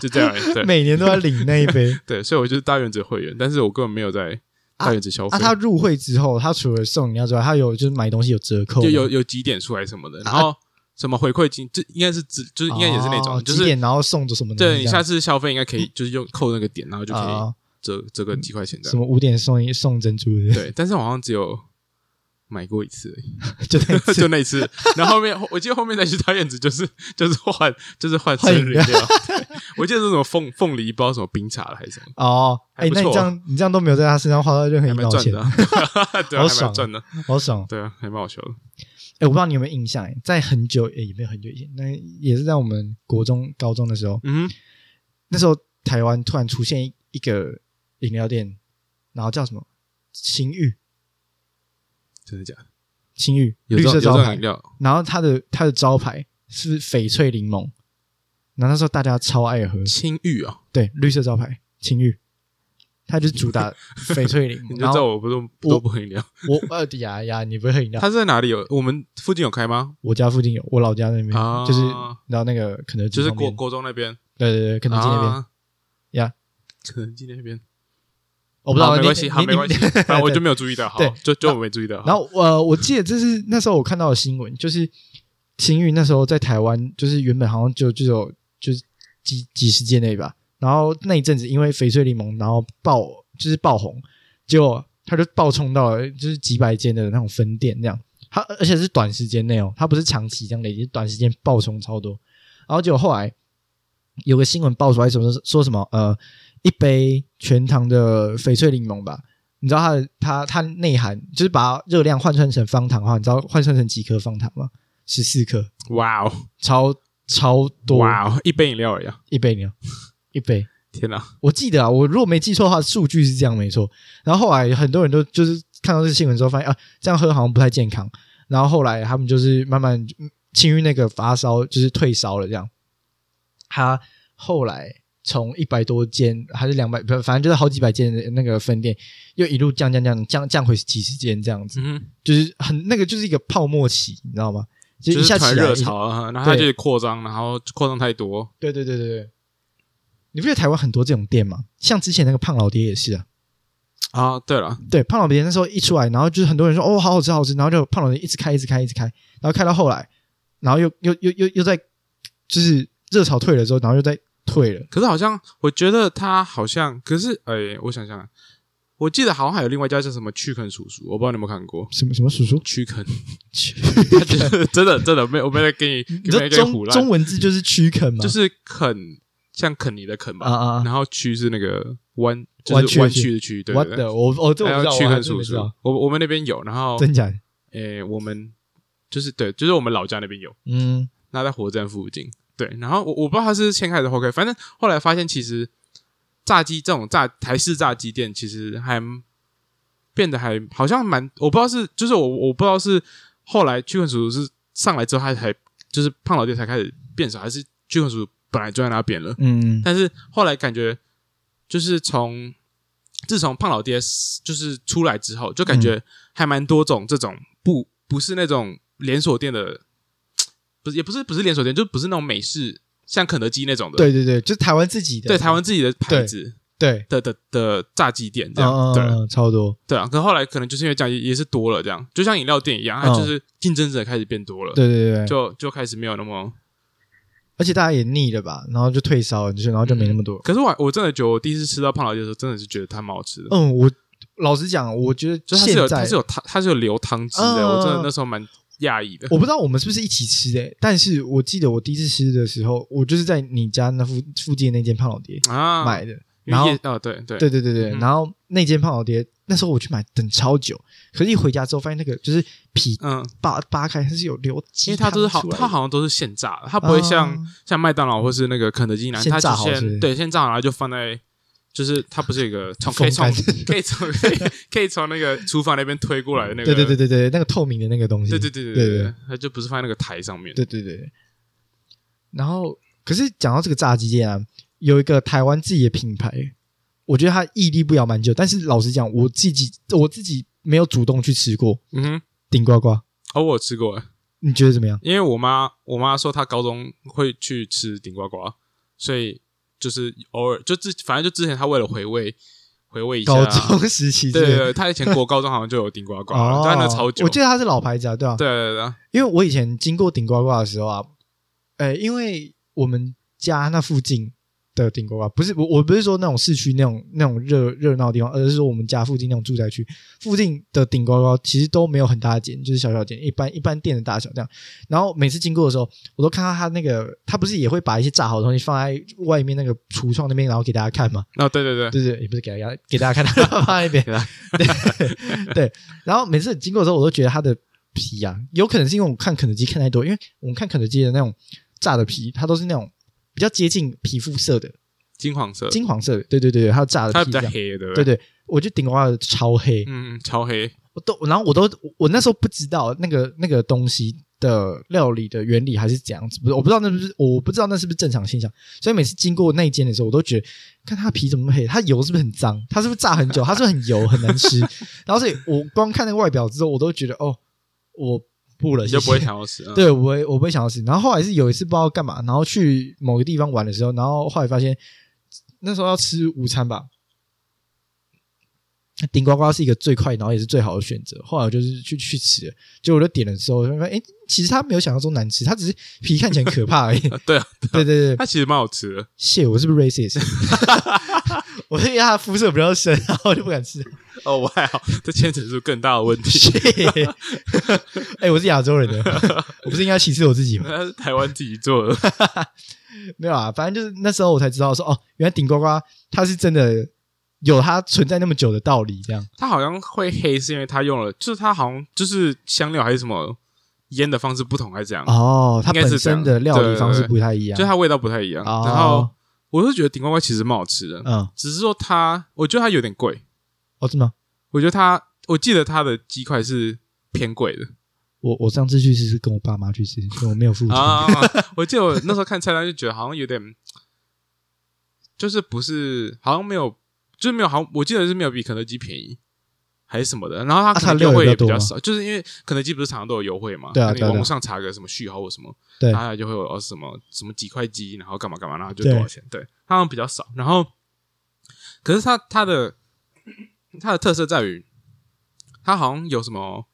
就这样而已。对
每年都要领那一杯。
对，所以我就是大原则会员，但是我根本没有在大原则消费，
啊，他入会之后，他除了送饮料之外，他有就是买东西有啊折扣吗，
就有有几点出来什么的，然后什么回馈金，这应该是只就是应该也是那种，
哦
就
几
是
点然后送着什么东西
对
这样，嗯
你下次消费应该可以，就是用扣那个点，然后就可以。
啊
折折个几块钱这
什
样。
么五点送一送珍珠的，
对，但是我好像只有买过一次而已，
就那一次
就那一次。然后后面 我记得后面再去大院子，就是就是换就是换生
换饮
日料。对我记得是什么凤凤梨包什么冰茶的还是什么，
哦，哎
还，不
那你
错
这样你这样都没有在他身上花到任何
还
一
蛮
毛
赚
钱
的， 啊，对
哎好
啊，
爽
还
啊
蛮赚的，
好爽。
对啊，还蛮好笑的。
哎，我不知道你有没有印象，哎在很久哎也没有很久以前，那也是在我们国中高中的时候，
嗯哼，
那时候台湾突然出现一一个饮料店，然后叫什么情欲
真的假的？
情欲
有
绿
这种
色
有这
招
种
牌
饮，料，
然后它的它的招牌是翡翠柠檬，然后那时候大家超爱喝，
青玉啊，
对，绿色招牌情欲，它就是主打翡翠柠 檬。
你就
嗯然
知道
后
我不都都不喝饮料。
我呃呀呀，你不会喝饮料？
它是在哪里有？我们附近有开吗？
我家附近有，我老家那边
啊
就是，然后那个肯德基
就是
旁
国
边
国中那边，
对对对，肯德基那边
啊
呀，
肯德基那边。
我不知道，
好没
你
关系，
你
好，
你
没 关系，反正我就没有注意到，好
对，
就就我没注意到。
然后呃，我记得这是那时候我看到的新闻，就是秦宇那时候在台湾，就是原本好像就就有就是几几十届内吧，然后那一阵子因为翡翠柠檬，然后爆就是爆红，结果他就爆冲到了就是几百间的那种分店这样，他而且是短时间内哦，他不是长期这样累积，短时间爆冲超多，然后结果后来有个新闻爆出来，什么说什么呃，一杯全糖的翡翠柠檬吧，你知道它的它它内含就是把热量换算成方糖的话，你知道换算成几颗方糖吗？十四颗，
哇哦，
超超多，
哇哦，一杯饮料而已啊！
一杯呢，一杯。
天哪，
我记得啊，我如果没记错的话，数据是这样没错。然后后来很多人都就是看到这新闻之后，发现啊，这样喝好像不太健康。然后后来他们就是慢慢嗯庆余那个发烧就是退烧了，这样。他后来从一百多间还是两百，不反正就是好几百间的那个分店，又一路降降降降降回几十间这样子，
嗯哼，
就是很那个就是一个泡沫期，你知道吗？就
就
一
是
下
突
起
然
来
热
一下
潮啊，然后它
对
就扩张，然后扩张太多，
对对对对对，你不觉得台湾很多这种店吗？像之前那个胖老爹也是啊，
啊，对了，
对，胖老爹那时候一出来，然后就是很多人说哦，好好吃，好好吃，然后就胖老爹一直开，一直开，一直开，然后开到后来，然后又又又又又在就是热潮退了之后，然后又在退了，
可是好像我觉得它好像，可是哎、我想想啊，我记得好像还有另外一家叫什么屈肯叔叔，我不知道你有没有 看过
什么什么叔叔，
屈肯，他就是真的真的没有，我没有在跟你
你
没
知道
有在跟你胡
中中
乱，
文字就是屈肯吗？
就是肯像肯尼的肯吧，
啊啊啊
然后区是那个弯，
弯
就
曲
是
的
弯
区
曲的区，对
我
对对。
的，我我这我
还
不知
有
道，
屈
我还
肯
真
叔
不知
叔
道，，
我我们那边有，然后
真假的？
诶、我们就是对，就是我们老家那边有，
嗯，
那在火车站附近。对，然后我我不知道他是先开还是后开，反正后来发现其实炸鸡这种炸台式炸鸡店其实还变得还好像蛮，我不知道是就是我我不知道是后来驱魂叔叔是上来之后他才就是胖老爹才开始变少，还是驱魂叔叔本来就在那边了，
嗯，
但是后来感觉就是从自从胖老爹就是出来之后，就感
嗯
觉还蛮多种这种不不是那种连锁店的，不是也不是不是连锁店，就不是那种美式像肯德基那种的，
对对对，就是台湾自己的，
对台湾自己的牌子
对，
的的的炸鸡店这样，
嗯
对
嗯，超多，
对啊。可后来可能就是因为这样也也是多了这样，就像饮料店一样，它
嗯
就是竞争者开始变多了，
对对对对，
就就开始没有那么。
而且大家也腻了吧，然后就退烧了，就是然后就没那么多。
可是我我真的觉得我第一次吃到胖老爹的时候，真的是觉得它蛮好吃的。
嗯，我老实讲，我觉得
就它是
现
有
在
它是有汤它是有流汤汁
嗯
的，我真
嗯嗯
的那时候蛮讶异的。
我不知道我们是不是一起吃的，但是我记得我第一次吃的时候，我就是在你家那附附近的那间胖老爹
啊，
买的。
因为
然后
夜哦，对对
对对对对，
嗯
然后那间胖老爹那时候我去买，等超久，可是一回家之后发现那个就是皮
嗯，
扒扒开，它是有流鸡
因为它都是好
汤，出来的
它好像都是现炸的，它不会像、
啊
像麦当劳或是那个肯德基那样，
现
它
炸
就
好吃
先对现炸，然后就放在。就是它不是有 一个从可以
风
从
干
可以从可以可以从那个厨房那边推过来的那个，
对对对对对，那个透明的那个东西，
对对对
对
对
对
对，它就不是放在那个台上面，
对对对对。然后，可是讲到这个炸鸡店啊，有一个台湾自己的品牌，我觉得它屹立不摇蛮久。但是老实讲，我自己我自己没有主动去吃过
嗯哼，
顶呱呱，
哦，我有吃过，
你觉得怎么样？
因为我妈我妈说她高中会去吃顶呱呱，所以就是偶尔就之反正就之前她为了回味回味一下
高
啊，
中时期
对对
对
对，她以前国高中好像就有顶呱呱
哦
了，，但那超久，
我记得它是老牌子啊，对吧、
对对对，
因为我以前经过顶呱呱的时候啊，呃，因为我们家那附近的顶呱呱，不是我我不是说那种市区那种那种热热闹的地方，而是说我们家附近那种住宅区附近的顶呱呱其实都没有很大的间，就是小小间，一般一般店的大小这样。然后每次经过的时候，我都看到他那个他不是也会把一些炸好的东西放在外面那个橱窗那边，然后给大家看吗？
那对对对，
对对，也不是给大家给大家看，他放在那边。
给大家
对对，然后每次经过的时候，我都觉得它的皮啊，有可能是因为我看肯德基看太多，因为我们看肯德基的那种炸的皮，它都是那种比较接近皮肤色的
金黄色，
金黄色的，对对对，还有炸的
它比
皮
较
这样。
黑，对不
对
对？
对，我就顶呱呱的超黑，
嗯，超黑，
我都然后我都我那时候不知道那个那个东西的料理的原理还是怎样子，不是我不知道那是不是我不知道那是不是正常现象，所以每次经过那一间的时候，我都觉得看它皮怎么那么黑，它油是不是很脏，它是不是炸很久，它是不是很油很难吃， 然后所以我光看那个外表之后，我都觉得哦，我不了，
你
谢
就
谢
不会想要吃。嗯，
对，我会我不会想要吃。然后后来是有一次不知道干嘛，然后去某个地方玩的时候，然后后来发现那时候要吃午餐吧，顶呱呱是一个最快然后也是最好的选择。后来我就是去去吃了，结果我就点了之后，我就发现哎，其实它没有想象中难吃，它只是皮看起来很可怕而已。
啊 对啊，
对对对，
它其实蛮好吃的。
谢我是不是 racist？我是因为它的肤色比较深，然后我就不 敢吃。
哦，我还好，这牵扯出更大的问题。
shit 哎、我是亚洲人的， 我不是应该歧视我自己吗？
那是台湾自己做的，
没有啊，反正就是那时候我才知道说，哦，原来顶呱呱它是真的有它存在那么久的道理，这样。
它好像会黑是因为它用了，就是它好像就是香料还是什么腌的方式不同，还是怎样？
哦，它
应该
本
是这样
身的料理方式不太一样。
就它味道不太一样。
哦
然后我是觉得顶呱呱其实蛮好吃的，
嗯，
只是说它，我觉得它有点贵。
哦，真的吗，
我觉得它，我记得它的鸡块是偏贵的
我我上次去吃是跟我爸妈去吃，
啊
因 为我没有付钱。
啊。我记得我那时候看菜单就觉得好像有点，就是不是好像没有，就是没有好像，我记得是没有比肯德基便宜还是什么的。然后它
啊
可
它
能
料
优
比
惠
较
也比
多
较
吗
少，就是因为肯德基不是常常都有优惠嘛，
对啊
那你
对啊
网络
对啊
上查个什么序号或什么，
对
然后它就会有哦什么什么几块鸡，然后干嘛干嘛，然后就多少钱，对，它好像比较少。然后，可是它它的它的特色在于，它好像有什么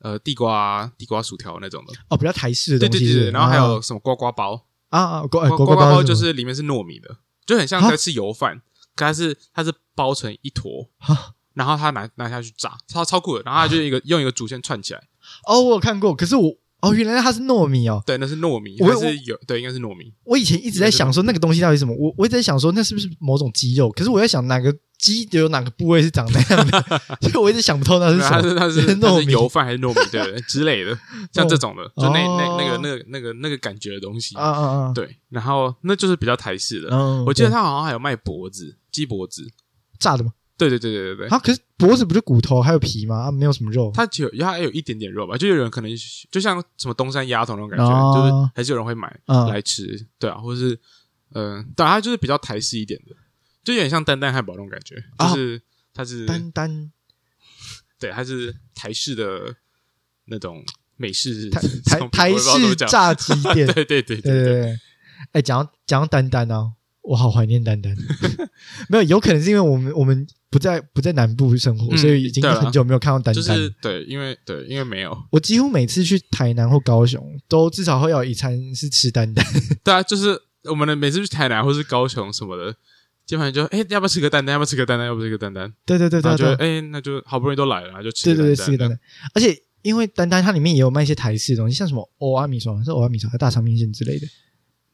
呃地瓜地瓜薯条那种的，
哦，比较台式的
对
东
对
西
对
是不是哦
对，然后还有什么呱呱包，
啊啊啊锅
呱呱
锅
呱
包
包就是是里面是糯米的，就很像
啊
在吃油饭，可它是它是包成一坨，
什么
然后它拿拿下去炸，超超酷的。然后它就一个用一个主线串起来，
哦，我有看过，可是我哦，原来它是糯米哦。
对，那是糯米，
我
还
我
是有对，应该是糯米，
我以前一直在想说那个东西到底是什么，我我一直在想说那是不是某种肌肉，可是我在想哪个肌有哪个部位是长那样 的，所以我一直想不透那是
对它
什么。
是它
是
是它
糯
是
米
油饭还是糯米，对对对之类 的，像这种的，就那
哦
那那个那个那个那个感觉的东西，
啊啊啊！
对。然后那就是比较台式的，
嗯，
我记得
对
它好像还有卖脖子，鸡脖子，
炸的嘛。
对对对对对对。
啊，可是脖子不是骨头还有皮吗？啊，没有什么肉。
它只有它还有一点点肉吧，就有人可能就像什么东山鸭头那种感觉，
哦
就是还是有人会买，
嗯
来吃，对啊，或者是嗯、呃，当然它就是比较台式一点的，就有点像丹丹汉堡那种感觉，
啊
就是、它是
丹丹
对，它是台式的那种美式
台
这
台
种
台
我也不知道怎
式
么讲
炸鸡店，
对对对
对对
对，
对。哎，讲到讲到丹丹啊，我好怀念丹 丹。没有，有可能是因为我们我们不在不在南部生活，
嗯
所以已经
对啊
很久没有看到丹丹。
就是对，因为对，因为没有，
我几乎每次去台南或高雄，都至少会有一餐是吃丹 丹。
对啊，就是我们的每次去台南或是高雄什么的。基本上就哎、要不要吃个蛋蛋？要不要吃个蛋蛋？要不要吃个蛋蛋？
对对对
然
对
后就
对，
哎、那就好不容易都来了，然后就吃
对
个
对
蛋
对，
蛋。
吃丹丹。而且因为丹丹它里面也有卖一些台式的东西，像什么欧阿米爽、是欧阿米爽、还有大肠面线之类的。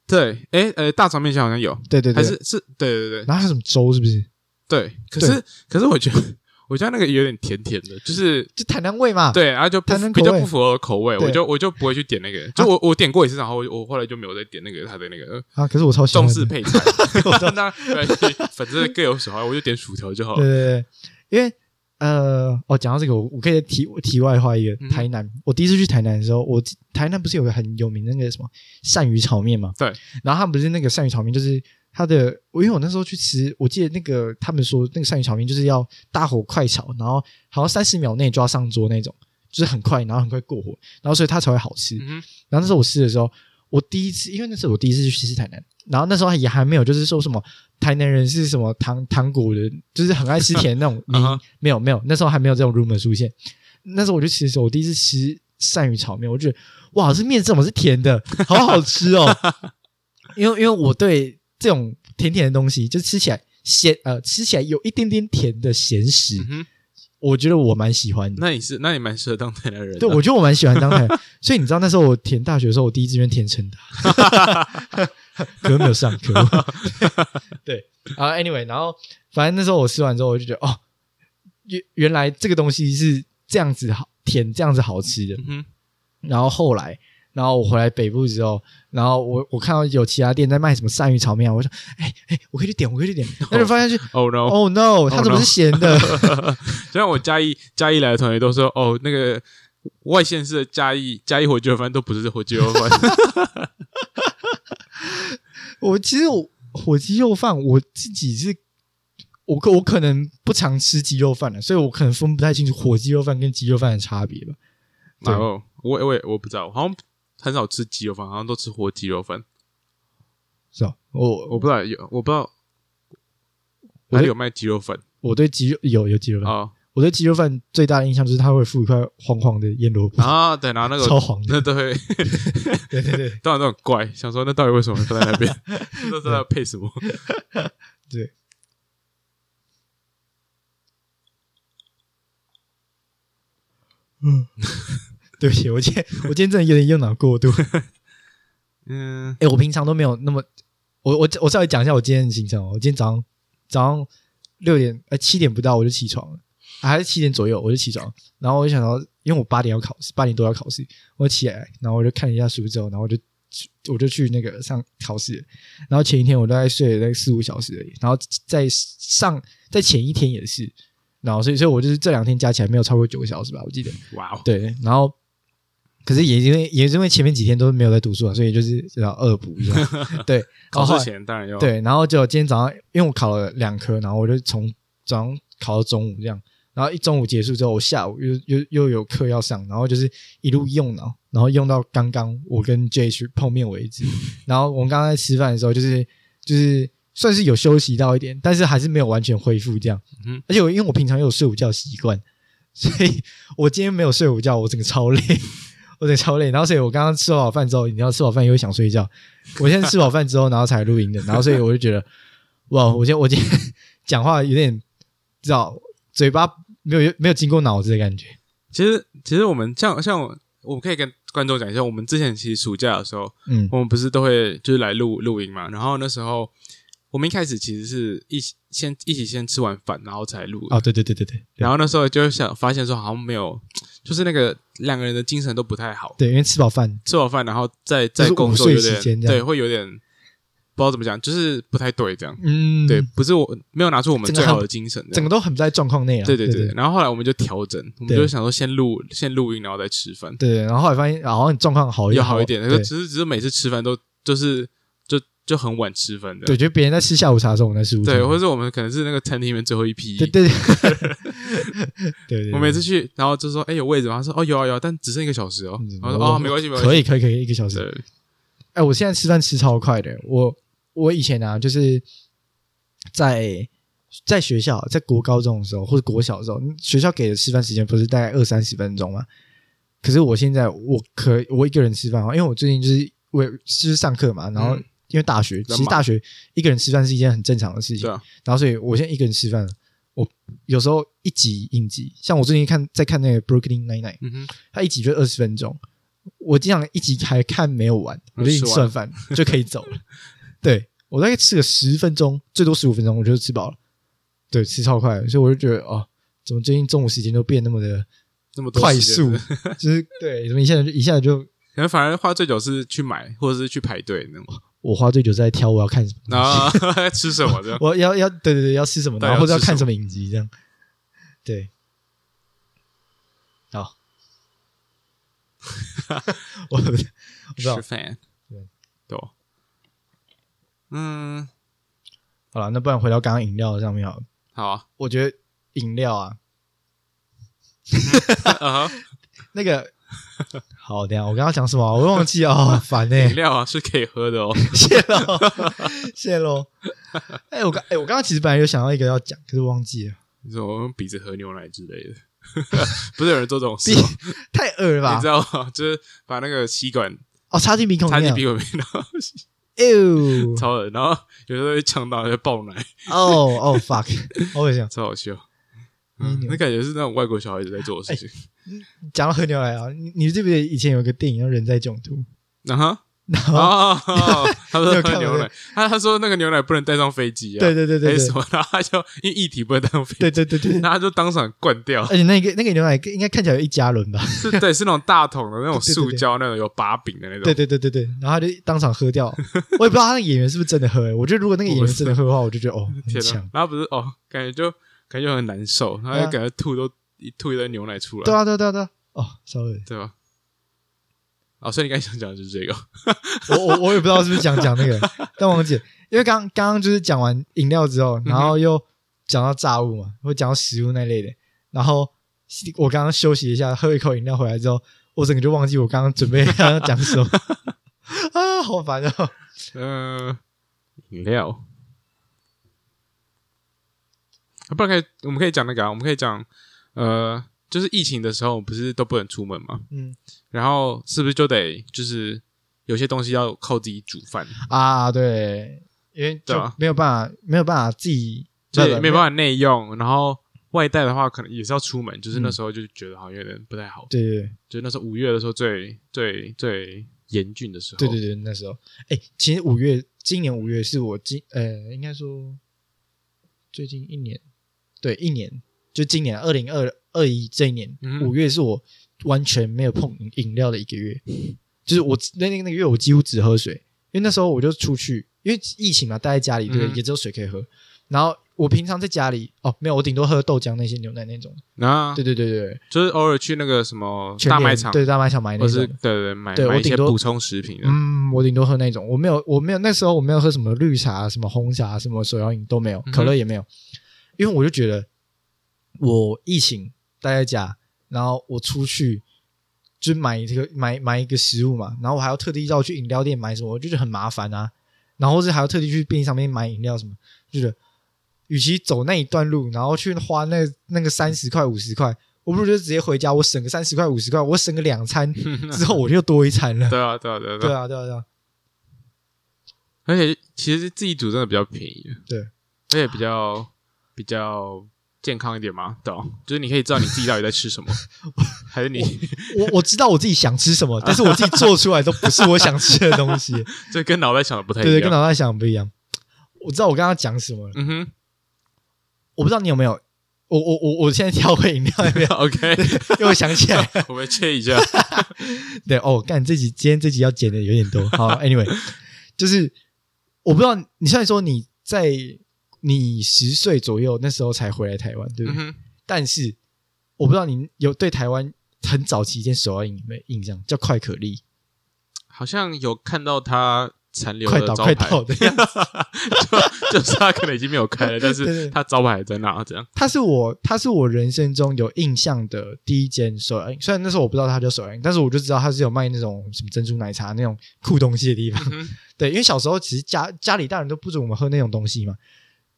对，哎、呃，大肠面线好像有，
对对
还
对，
是是，对对对，
然后还有什么粥是不是？
对，可是可是我觉得，我觉得那个有点甜甜的，就是
就台南味嘛。
对，然后就不
台南口
比
味
较不符合我口味，
对啊
我就我就不会去点那个。就我我点过一次，然后我我后来就没有再点那个他的那个
啊，可是我超喜欢
中
的。
式
对
配菜。 那对反正各有所好，我就点薯条就好
对
了。
对，因为呃，哦，讲到这个，我我可以题题外话一个
嗯
台南。我第一次去台南的时候，我台南不是有个很有名的那个什么鳝鱼炒面嘛？
对。
然后他们不是那个鳝鱼炒面，就是它的，因为我那时候去吃，我记得那个他们说那个鳝鱼炒面就是要大火快炒，然后好像三十秒内就要上桌那种，就是很快，然后很快过火，然后所以它才会好吃。
嗯哼，
然后那时候我吃的时候，我第一次，因为那是我第一次去吃台南，然后那时候也还没有，就是说什么台南人是什么糖糖果人，就是很爱吃甜的 那种
啊哈
名，没有没有，那时候还没有这种 rumor 出现。那时候我去吃的时候，我第一次吃鳝鱼炒面，我就觉得哇，这面怎么是甜的，好好吃哦。 因为因为我对这种甜甜的东西，就吃起来咸呃，吃起来有一点点甜的咸食
嗯，哼，
我觉得我蛮喜欢的。
那你是那你蛮适合当台南人的。
对，我觉得我蛮喜欢当台南，所以你知道那时候我填大学的时候，我第一志愿填成大， 可能没有上课。对，啊，anyway，然后反正那时候我吃完之后，我就觉得哦，原原来这个东西是这样子好甜，这样子好吃的。
嗯哼，
然后后来，然后我回来北部之后，然后我我看到有其他店在卖什么鳝鱼炒面啊，我说哎哎，我可以去点，我可以去点，那就发现去。
哦 no！
Oh no！它怎么
no
是咸的？
虽然我嘉义嘉义来的同学都说，哦，那个外县市的嘉义嘉义火鸡肉饭都不是火鸡 肉饭，
我其实我火鸡肉饭我自己是，我可我可能不常吃鸡肉饭了，所以我可能分不太清楚火鸡肉饭跟鸡肉饭的差别吧。对
然后我我也我不知道，好像很少吃鸡肉饭，好像都吃火鸡肉饭。
是吧？我
我
我
不知道有，我不知道
我
哪里有卖鸡肉粉
我对鸡肉有有鸡肉饭，
哦
我对鸡肉饭最大的印象就是它会附一块黄黄的腌萝卜，
啊，对，然后那个
超黄的。
那都会，
对对对
当然都很怪，想说那到底为什么会放在 那边？那是要配什么？
对。嗯，对不起，我今天我今天真的有点用脑过度。
嗯，
哎、我平常都没有那么，我我我稍微讲一下我今天的行程哦。我今天早上早上六点呃七点不到我就起床了，啊还是七点左右我就起床，然后我就想到，因为我八点要考试，八点多要考试，我起来，然后我就看了一下书之后，然后我就我就去那个上考试了，然后前一天我大概睡了大概四五小时而已，然后在上在前一天也是，然后所以所以我就是这两天加起来没有超过九个小时吧，我记得。
哇哦，
对，然后可是也因为也是因为前面几天都没有在读书啊，所以就是知道恶补一 下。对，然
考
后后
试
来
前当然要，
对，然后就今天早上，因为我考了两科，然后我就从早上考到中午这样，然后一中午结束之后，我下午又又又有课要上，然后就是一路用脑，然后用到刚刚我跟 J 去碰面为止。然后我们刚刚在吃饭的时候，就是就是算是有休息到一点，但是还是没有完全恢复这样。
嗯
而且我因为我平常又有睡午觉习惯，所以我今天没有睡午觉，我整个超累。 我整个超累，然后所以我刚刚吃好饭之后，你知道吃好饭又想睡觉，我现在吃饱饭之后，然后才录音 的，然后所以我就觉得，哇，我今天我今天 讲话有点，知道嘴巴没有没有经过脑子的感觉。
其实其实我们像像我我们可以跟观众讲一下，我们之前其实暑假的时候，
嗯
我们不是都会就是来录录音嘛，然后那时候我们一开始其实是一起先一起先吃完饭，然后才录，
哦，对对对对对，
然
后
后那时候就想发现说好像没有，就是那个两个人的精神都不太好，
对，因为吃饱饭，
吃完饭然后再
就
再
是
工
午
作
睡
有
时间
点
这样
对，会有点不知道怎么讲，就是不太对这样，
嗯，
对，，不是我没有拿出我们
整个
最好
很
的精神这样，
整个都很不在状况内了。啊
对
对
对对，然后后来我们就调整，我们
对
就想说先录先录音，然后再吃饭，
对，对然后后来发现啊好像你状况好
要好一点。
对
只是只是每次吃饭都就是就就很晚吃饭的，
对，就别人在吃下午茶的时候，我们在吃午餐。
对，或者是我们可能是那个餐厅里面最后一批。
对 对对 对对，
我每次去，然后就说：“哎，有位置吗？”他说：“哦，有啊有啊，但只剩一个小时哦。”
嗯
然后说：“哦，没关系，没关系。”
可以可以可以，一个小时。
对，
哎、我现在吃饭吃超快的。我我以前啊，就是在在学校，在国高中的时候或者国小的时候，学校给的吃饭时间不是大概二三十分钟吗？可是我现在我可我一个人吃饭啊，因为我最近就是我就是上课嘛，然后
嗯
因为大学，
较
其实大学一个人吃饭是一件很正常的事情
对。啊，
然后所以我现在一个人吃饭了，我有时候一集应急，像我最近看在看那个 Brooklyn Nine Nine，
嗯哼，
它一集就二十分钟，我经常一集还看没有完，我就已经吃完饭 就可以走了。对我大概吃个十分钟，最多十五分钟，我就吃饱了。对，吃超快的，所以我就觉得哦，怎么最近中午时间都变那么的
那么多
快
时间
速
是不是，
就是对，怎么一下就一下就
可能反而花最久是去买或者是去排队那种，
我花最久在挑我要看什 么，
然后吃什么这样。
我要要对对对要吃什么，
对
然后或者
要
要
吃
看
什
什么影集这样。对， 好，我不我不知道
吃，饭，
对
对哦，嗯，
好了，那不然回到刚刚饮料上面好了。
好啊，
我觉得饮料啊，
啊哈
那 个好，等一下我刚刚讲什么啊？我忘记啊，好烦 哎、
饮料啊是可以喝的哦，
谢喽，谢喽。哎、我刚哎、我刚刚其实本来有想到一个要讲，可是忘记了，
你说我用鼻子喝牛奶之类的， 不是有人做这种事
鼻
吗？
太恶了
你
吧
知？道吗？就是把那个吸管
哦，插进鼻孔
插
里
进
面
鼻，孔里面，然后
哎呦，
超恶然后有时候会呛到，就爆奶，
哦哦 fuck，好 恶心啊！
超好笑。
嗯哎
嗯，那感觉是那种外国小孩子在做的事情。
讲到喝牛奶啊，你你记不记得以前有个电影叫《人在囧途》，
然后
然后、
哦， 他
你
说
有看吗
喝牛奶，他他说那个牛奶不能带上飞机啊，
对对对对
还是
对
什么？然后他就因为液体不能带上飞
对
机，
对对对，
然后他就当场灌 掉
而。且那个那个牛奶应该看起来有一加仑吧？
是对，是那种大桶的那种
对对对
塑胶那种有把柄的那种。
对对对对对，然后他就当场喝掉。 我也不知道他那个演员是不是真的喝、欸，我觉得如果那个演员真的喝的话，我就觉得哦很
天哪
强。！
然后不是哦，感觉就感觉就很难受，然后
对
就
啊
感觉吐都一吐一堆牛奶出来，
对啊对啊对啊对啊，哦稍微，
对吧？哦，所以你刚才想讲的就是这个，
我我我也不知道是不是讲讲那 个，但忘记了，因为刚刚刚就是讲完饮料之后，然
嗯
后又讲到炸物嘛，或讲到食物那类的，然后我刚刚休息一下，喝一口饮料回来之后，我整个就忘记我刚刚 准备要讲什么啊，好烦哦。
嗯、饮料，啊不然可以，我们可以讲那个、啊，我们可以讲，呃，就是疫情的时候，不是都不能出门嘛，
嗯
然后是不是就得就是有些东西要靠自己煮饭，
啊，对，因为
对
就
啊
没有办法，没有办法自己。
就
不
是
不
没办法内用，然后外带的话可能也是要出门，
嗯
就是那时候就觉得好像有点不太好，
对对
就是那时候五月的时候最最最严峻的时哦候，
对对对对，那时候，哎、其实五月，今年五月是我今呃，应该说最近一年，对，一年，就今年二零二二一这一年
嗯，
五、月是我完全没有碰饮饮料的一个月，就是我那那那个月我几乎只喝水，因为那时候我就出去，因为疫情嘛，待在家里，对，
嗯
也只有水可以喝，然后我平常在家里哦，没有，我顶多喝豆浆那些牛奶那种。
然后
对对对对，
就是偶尔去那个什么
全
啊大
联
卖场，
对大卖场买那
或是
种
对。对对买
对我
买一些
顶多
补充食品啊的。
嗯，我顶多喝那种，我没有，我没有，那时候我没有喝什么绿茶、什么红茶、什么手摇饮都没有，
哼
可乐也没有，因为我就觉得我疫情待在家，然后我出去就买这个买买一个食物嘛，然后我还要特地绕去饮料店买什么，我就觉得很麻烦啊，然后或是还要特地去便利商店买饮料什么，就觉得与其走那一段路，然后去花那那个三十块五十块。我不如就直接回家，我省个三十块五十块，我省个两餐之后，我就多一餐了。
对啊，对啊，对啊，
对
啊。
啊，对啊，对啊，
而且其实自己煮真的比较便宜，
对，
而且比较比较健康一点嘛，对啊、就是你可以知道你自己到底在吃什 么，还是你
我我知道我自己想吃什么，但是我自己做出来都不是我想吃的东 西。
这跟脑袋想的不太
对
一样。
对，跟脑袋想的不一样。我知道我刚刚讲什么了，
嗯哼，
我不知道你有没有。我我我我现在跳回饮料那边
，OK，
因为我想起来，
我们切一下。
对哦，干这集今天这集要剪的有点多。好，anyway，就是我不知道你虽然说你在你十岁左右那时候才回来台湾，对不
嗯
对？
哼，
但是我不知道你有对台湾很早期一件手摇饮有没有印象，叫快可丽，
好像有看到它残留
快
的
倒
招
快
牌， 啊
倒的样子。
就就是它可能已经没有开了，
对
但
对
是
对
它招牌还在那，这样。
它是我，它是我人生中有印象的第一间手摇饮。虽然那时候我不知道它叫手摇饮，但是我就知道它是有卖那种什么珍珠奶茶那种酷东西的地方。
嗯哼
对，因为小时候其实家家里大人都不准我们喝那种东西嘛，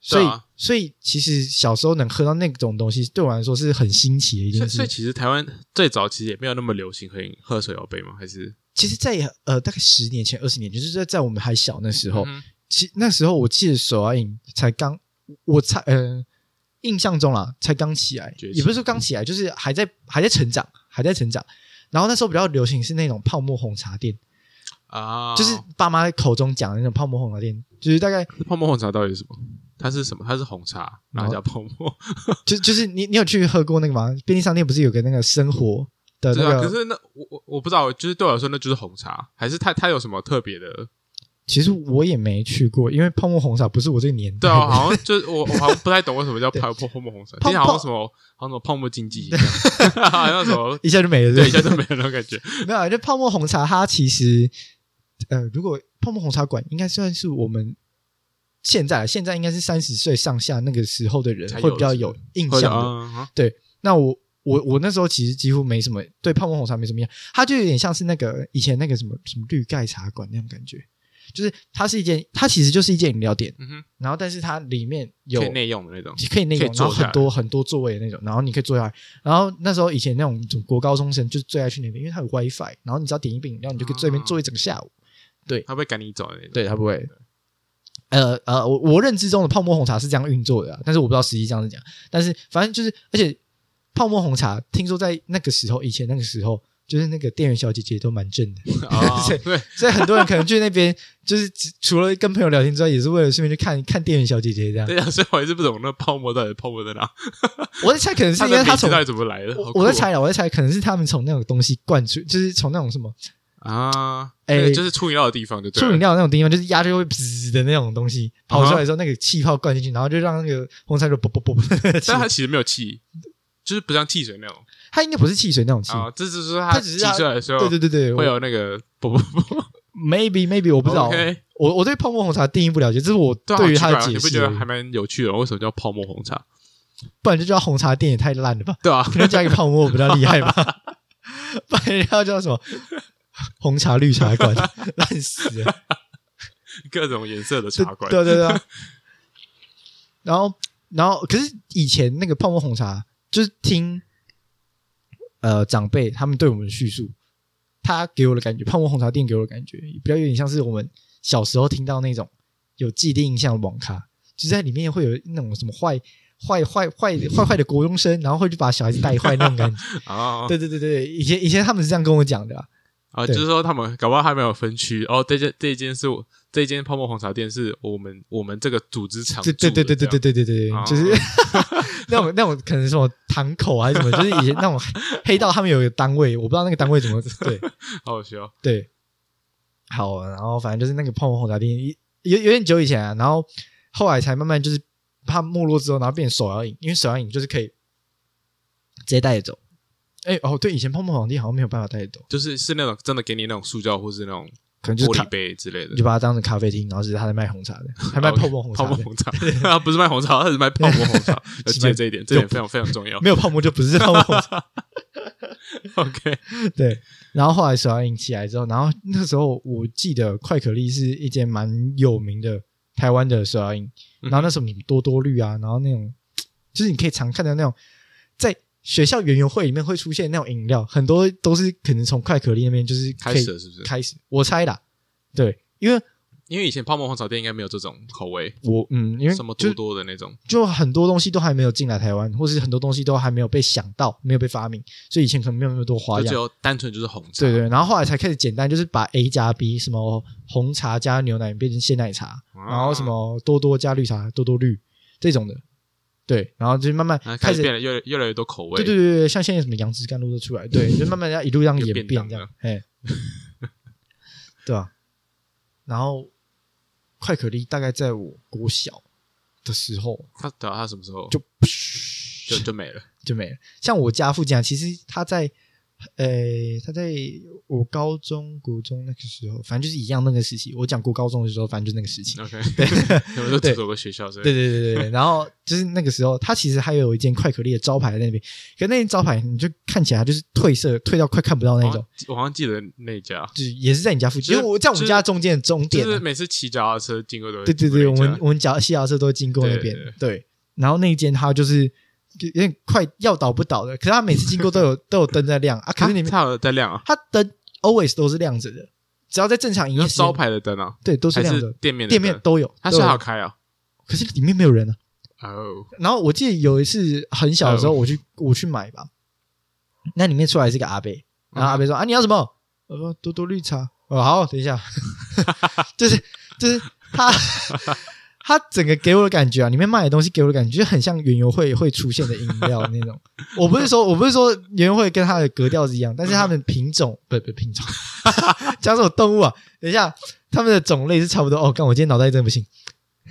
所以、
对啊
所以其实小时候能喝到那种东西，对我来说是很新奇的一
所
件
以，
事
所以。其实台湾最早其实也没有那么流行喝饮喝手摇杯吗？还是
其实在，呃大概十年前、二十年前，就是在在我们还小那时候，
嗯哼
其那时候我记得手摇饮才刚，我才呃印象中啦，才刚起来，
崛起
也不是说刚起来，就是还在还在成长，还在成长。然后那时候比较流行是那种泡沫红茶店，
啊，
就是爸妈口中讲的那种泡沫红茶店，就是大概
泡沫红茶到底是什么？它是什么？它是红茶，然后加泡沫。
就就是你你有去喝过那个吗？便利商店不是有个那个生活的
对
那
啊，可
个？
是那我我我不知道，就是对我来说那就是红茶，还是它它有什么特别的？
其实我也没去过，因为泡沫红茶不是我这个年代
对
的。
啊，好像就是我我好像不太懂为什么叫
对
泡泡泡沫红茶，
泡
听起来好
泡
像什么好像什么泡沫经济一样，好像什么
一下就没了，
对一
不
下就没有那种感觉。
没有啊，就泡沫红茶，它其实，呃，如果泡沫红茶馆应该算是我们现在啊现在应该是三十岁上下那个时候的人
才有
会比较
是不
有印
或者
象的。
啊，
那我我我那时候其实几乎没什么对泡沫红茶没什么印象，它就有点像是那个以前那个什么什么绿盖茶馆那种感觉，就是它是一间，它其实就是一间饮料店，
嗯哼，
然后但是它里面有
可以内用的那种。
可以那
可以
种，然后
坐下
很多很多座位的那种，然后你可以坐下来。然后那时候以前那种国高中生就最爱去那边，因为它有 WiFi，然后你只要点一杯饮料，你就可以坐那边
啊
坐一整个下午。
他会赶你走的那种。
对，它不会。呃呃，我我认知中的泡沫红茶是这样运作的、啊，但是我不知道实际上是怎样。但是反正就是，而且泡沫红茶听说在那个时候，以前那个时候，就是那个店员小姐姐都蛮正的，
啊，
对
对，
所以很多人可能去那边 就是只除了跟朋友聊天之外，也是为了顺便去看看店员小姐姐这样。
对啊，所以我还是不懂那泡沫到底泡沫在哪，
我在猜，可能是
它
因为
的
她
名
从
字到底怎么来的？好
我
酷
我在
哦
猜了，我在猜，可能是他们从那种东西灌出，就是从那种什么
啊，
哎
那个就是出饮料的地方就对
出
了，
饮料那种地方，就是压就会滋的那种东西跑出来的时候，那个气泡灌进去，然后就让那个红茶就啵啵啵啵气
但。它其实没有气，就是不像汽水那种
它应该不是汽水那种气，
啊，这只是
它
它
只
挤
是它
出来的时候
哦对对对对，我
会有那个不不不，
maybe maybe 我不知道
OK，
我我对泡沫红茶定义不了解，这是我
对啊，
对于它的
好奇怪啊
解
你不
释
觉
而
得
已，
还蛮有趣的？为什么叫泡沫红茶？
不然就叫红茶店也太烂了吧，
对啊，
可能加一个泡沫比较厉害吧， 不然要叫什么红茶绿茶馆， 烂死了。
各种颜色的茶馆，
对对对对 啊。然后，然后，可是以前那个泡沫红茶，就是听呃长辈他们对我们的叙述，他给我的感觉，泡沫红茶店给我的感觉，比较有点像是我们小时候听到那种有既定印象的网咖，就是在里面会有那种什么坏。坏坏坏坏坏的国中生，然后会去把小孩子带坏那种 感觉。
啊
对对对对，以前以前他们是这样跟我讲的、啊。
啊，
对
就是说他们搞不好还没有分区哦，这间这间是我这间泡沫红茶店是我们我们这个组织常
对对对对对对
对，
对对对，
哦
就是 那种那种可能什么堂口啊还是什么，就是以前那种黑道他们有一个单位，我不知道那个单位怎 么对
好好笑，
对。好，然后反正就是那个泡沫红茶店，有有点久以前啊，然后后来才慢慢就是它没落之后，然后变成手摇饮，因为手摇饮就是可以直接带着走。哎、哦，对，以前泡沫皇帝好像没有办法带着走，
就是是那种真的给你那种塑胶或是那种
可能就
玻
是咖
璃杯之类的
你就，把它当成咖啡厅，然后只是他在卖红茶 的，还卖泡沫红茶
哦泡沫
的，
红茶， 他不是卖红茶，他是卖泡 沫红茶，
是卖
要记得这一点，这一点非常非常重要。
没有泡沫就不是泡沫红茶。
OK，
对，然后后来手摇饮起来之后，然后那时候我记得快可丽是一间蛮有名的台湾的手摇饮，
嗯
然后那时候什么多多绿啊，然后那种就是你可以常看到那种在学校园游会里面会出现那种饮料，很多都是可能从快可丽那边就是可
开
以
始了是不是？
开始，我猜啦，对，因为
因为以前泡沫红茶店应该没有这种口味，
我嗯，因为
什么
就
多多的那种，
就很多东西都还没有进来台湾，或是很多东西都还没有被想到，没有被发明，所以以前可能没有那么多花
就
样
只。有单纯就是红茶。
对对，然后后来才开始简单，就是把 A 加 B，什么红茶加牛奶变成鲜奶茶，
啊
然后什么多多加绿茶、多多绿这种的，对，然后就慢慢
啊，
开
开
始，
始变得越来越来越多口味。
对对对对，像现在什么杨枝甘露都出来，对，就慢慢要一路这样
有
演
便
变
当
这样
了，
哎，对啊，然后快可丽大概在我国小的时候
他等到他什么时候
就
就就就没 了？
就没了。像我家附近啊，其实他在，呃，他在我高中、国中那个时候，反正就是一样那个时期。我讲国高中的时候，反正就那个时期。
OK，你 们都
对
只走过学校是不
嗯对
是？
对对对对， 然后就是那个时候，他其实还有一件快可丽的招牌在那边，可那件招牌你就看起来它就是褪色，褪到快看不到那
我好
种
像，我好像记得那一家，
哦就是也是在你家附近，因为我在我们家中间的终点
就
啊、
是每次骑脚踏车经过都会
对对
经过
对，
那
我们
一家啊
我们脚西雅车都会经过那边，对然后那一间它就是就有点快要倒不倒的，可是它每次经过都有都有灯在亮啊，可是你
啊
们
它有在亮啊，
它灯 always 都是亮着的，只要在正常营
那
业时间
招牌的灯啊，
对都是
还
亮
是
着，
店面的
店面
灯
都有，
它
都
是
有
好开啊。
可是里面没有人啊。
哦，
然后我记得有一次很小的时候，
哎呦
我去我去买吧，那里面出来是个阿伯，
嗯
然后阿伯说、啊你要什么？我说多多绿茶。哦好，等一下， 就是就是他 他整个给我的感觉啊，里面卖的东西给我的感觉就很像园游会会出现的饮料那种。我不是说我不是说园游会跟它的格调是一样，但是它们品种不不品种， 讲什么动物啊？等一下，它们的种类是差不多。哦，干，我今天脑袋真的不行。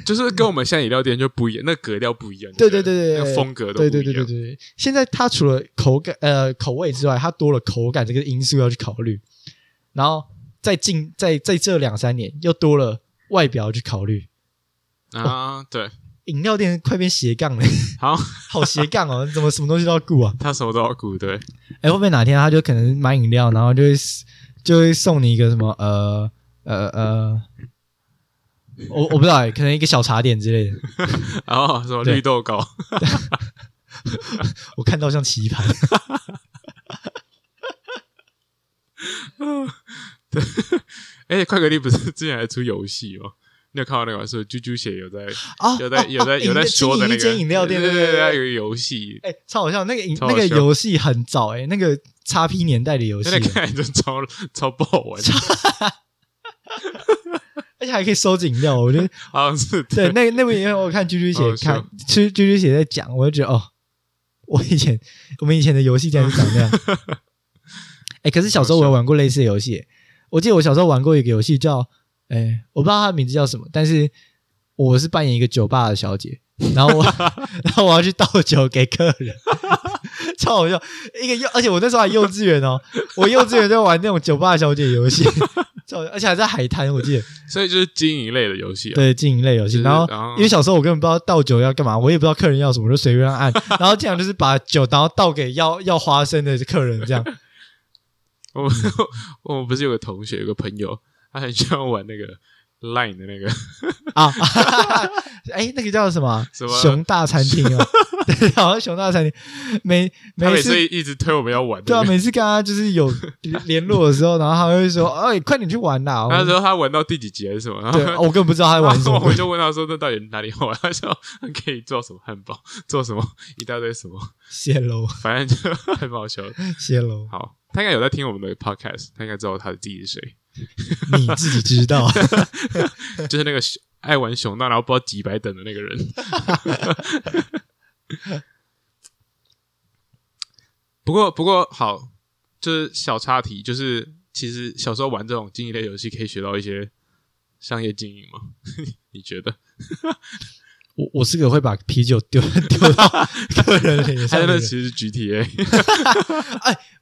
就是跟我们现在饮料店就不一样，那格调不一样。
对对
就是
对对
那
对
个风格都不一
对
样。
对对对对对，现在它除了口感呃口味之外，它多了口感这个因素要去考虑，然后在近在在这两三年又多了外表要去考虑。
啊，对，
饮料店快变斜杠了，
好，
好斜杠哦！怎么什么东西都要顾啊？
他什么都要 顾，对，
哎，会不会哪天他就可能买饮料，然后就会就会送你一个什么呃呃呃，我我不知道哎，可能一个小茶点之类的。
然后什么
对
绿豆糕，
我看到像棋盘，
哎，快格力不是之前还出游戏吗？你有看到那个吗是猪猪血有在
啊，
有在
啊
有在
啊
有在
饮料
说
经营
的那
一间
个
饮料店，
对
对
对对，有个游戏，
哎、超好笑！那个影
超好
那
笑
个游戏很早哎、那个叉 P 年代的游戏
真，的看起来就超超不好玩，
而且还可以收集饮料。我觉得
好像是
对，那那部影片我看啾啾
好
姐
好笑
看，其实啾啾姐在讲，我就觉得哦，我以前我们以前的游戏竟然是长那样。 哎、可是小时候我有玩过类似的游戏欸、我记得我小时候玩过一个游戏叫哎、我不知道它的名字叫什么，但是我是扮演一个酒吧的小姐，然 后我然后我要去倒酒给客人， 超好笑。一个幼，而且我那时候还幼稚园哦，我幼稚园在玩那种酒吧小姐游戏， 超好笑而且还在海滩，我记得
所以就是经营类的游戏啊，
对经营类游戏。
是
然后
然后
因为小时候我根本不知道倒酒要干嘛， 我也不知道客人要什么，我就随便按，然后这样就是把酒然后倒给要要花生的客人这样。
我们 我们不是有个同学，有个朋友，他很喜欢玩那个 Line 的那个，
啊， 哎，那个叫什么啊？
什么
熊大餐厅 啊？对，好像熊大餐厅，每
他每
次
次一直推我们要玩
对
那
啊，
个。
每次跟他就是有 联络的时候，然后他会说：“哎，快点去玩啦！”
他
我
说他玩到第几集还是什么，然后
啊对，我根本不知道他在玩什
然后
么
我。就问他说：“那到底哪里好玩？”他说：“嗯可以做什么汉堡，做什么一大堆什么，
泄露，
反正就还蛮好笑的。
泄露”，
好，他应该有在听我们的 podcast，他应该知道他的弟是谁，
你自己知道。
就是那个熊爱玩熊大，然后不知道几百等的那个人。 不过，不过好，就是小插题，就是其实小时候玩这种经营 类游戏，可以学到一些商业经营吗？你觉得？
我我是个会把啤酒丢丢到 客人脸
他
上的
那
人
其。实是 GTA，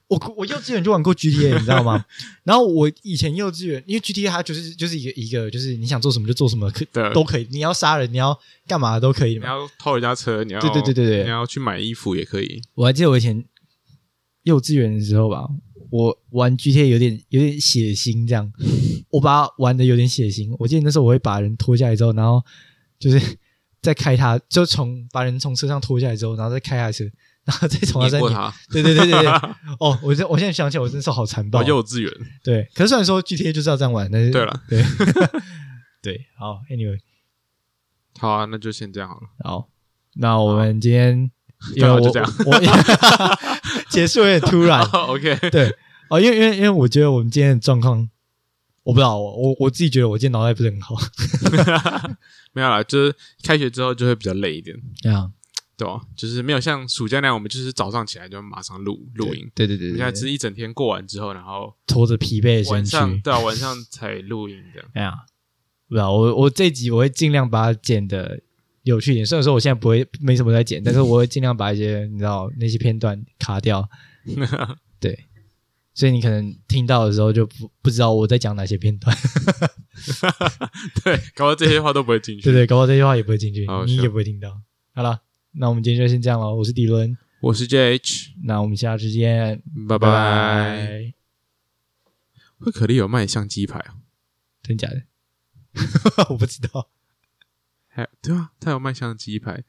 我我幼稚园就玩过 GTA，你知道吗？ 然后我以前幼稚园，因为 GTA 它就是就是一个一个就是你想做什么就做什么，可
对
都可以。你要杀人，你要干嘛都可以
你
嘛。
要偷人家车，你要
对对对对对
你要去买衣服也可以。
我还记得我以前幼稚园的时候吧，我玩 GTA 有点有点血腥，这样我把它玩的有点血腥。我记得那时候我会把人拖下来之后，然后就是再开他，就从把人从车上拖下来之后，然后再开他的车，然后再从他
赢
再
过
碾。
他，
对对对对 对。哦，我这我现在想起来，我真是好残暴
哦，
哦。
幼稚园，
对，可是虽然说 GTA 就是要这样玩，但是
对了，
对 对，好，Anyway，
好啊，那就先这样好了。
好，那我们今天因为
对啊
我
就这样
我 结束有点突然
OK，
对哦，因为因为因为我觉得我们今天的状况，我不知道，我我我自己觉得我今天脑袋不是很好，
没有啦，就是开学之后就会比较累一点，
这样
对吧？就是没有像暑假那样，我们就是早上起来就马上录录音。
对对
我
对
们
对
现在
对，
只是一整天过完之后，然后
拖着疲惫的身
晚
躯，
上对啊，晚上才录音这样。
哎呀，不知道我我这一集我会尽量把它剪的有趣一点，虽然说我现在不会没什么在剪，但是我会尽量把一些你知道那些片段卡 掉。对，所以你可能听到的时候就不不知道我在讲哪些片段，
对，搞到这些话都不会进去。
对对，搞不好这些话也不会进去
好，
你
是
也不会听到。好了，那我们今天就先这样了，我是迪伦，
我是 JH，
那我们下次见，
拜
拜
拜。会可丽有卖相机牌哦，
真 假的？我不知道。
还对啊，他有卖相机牌，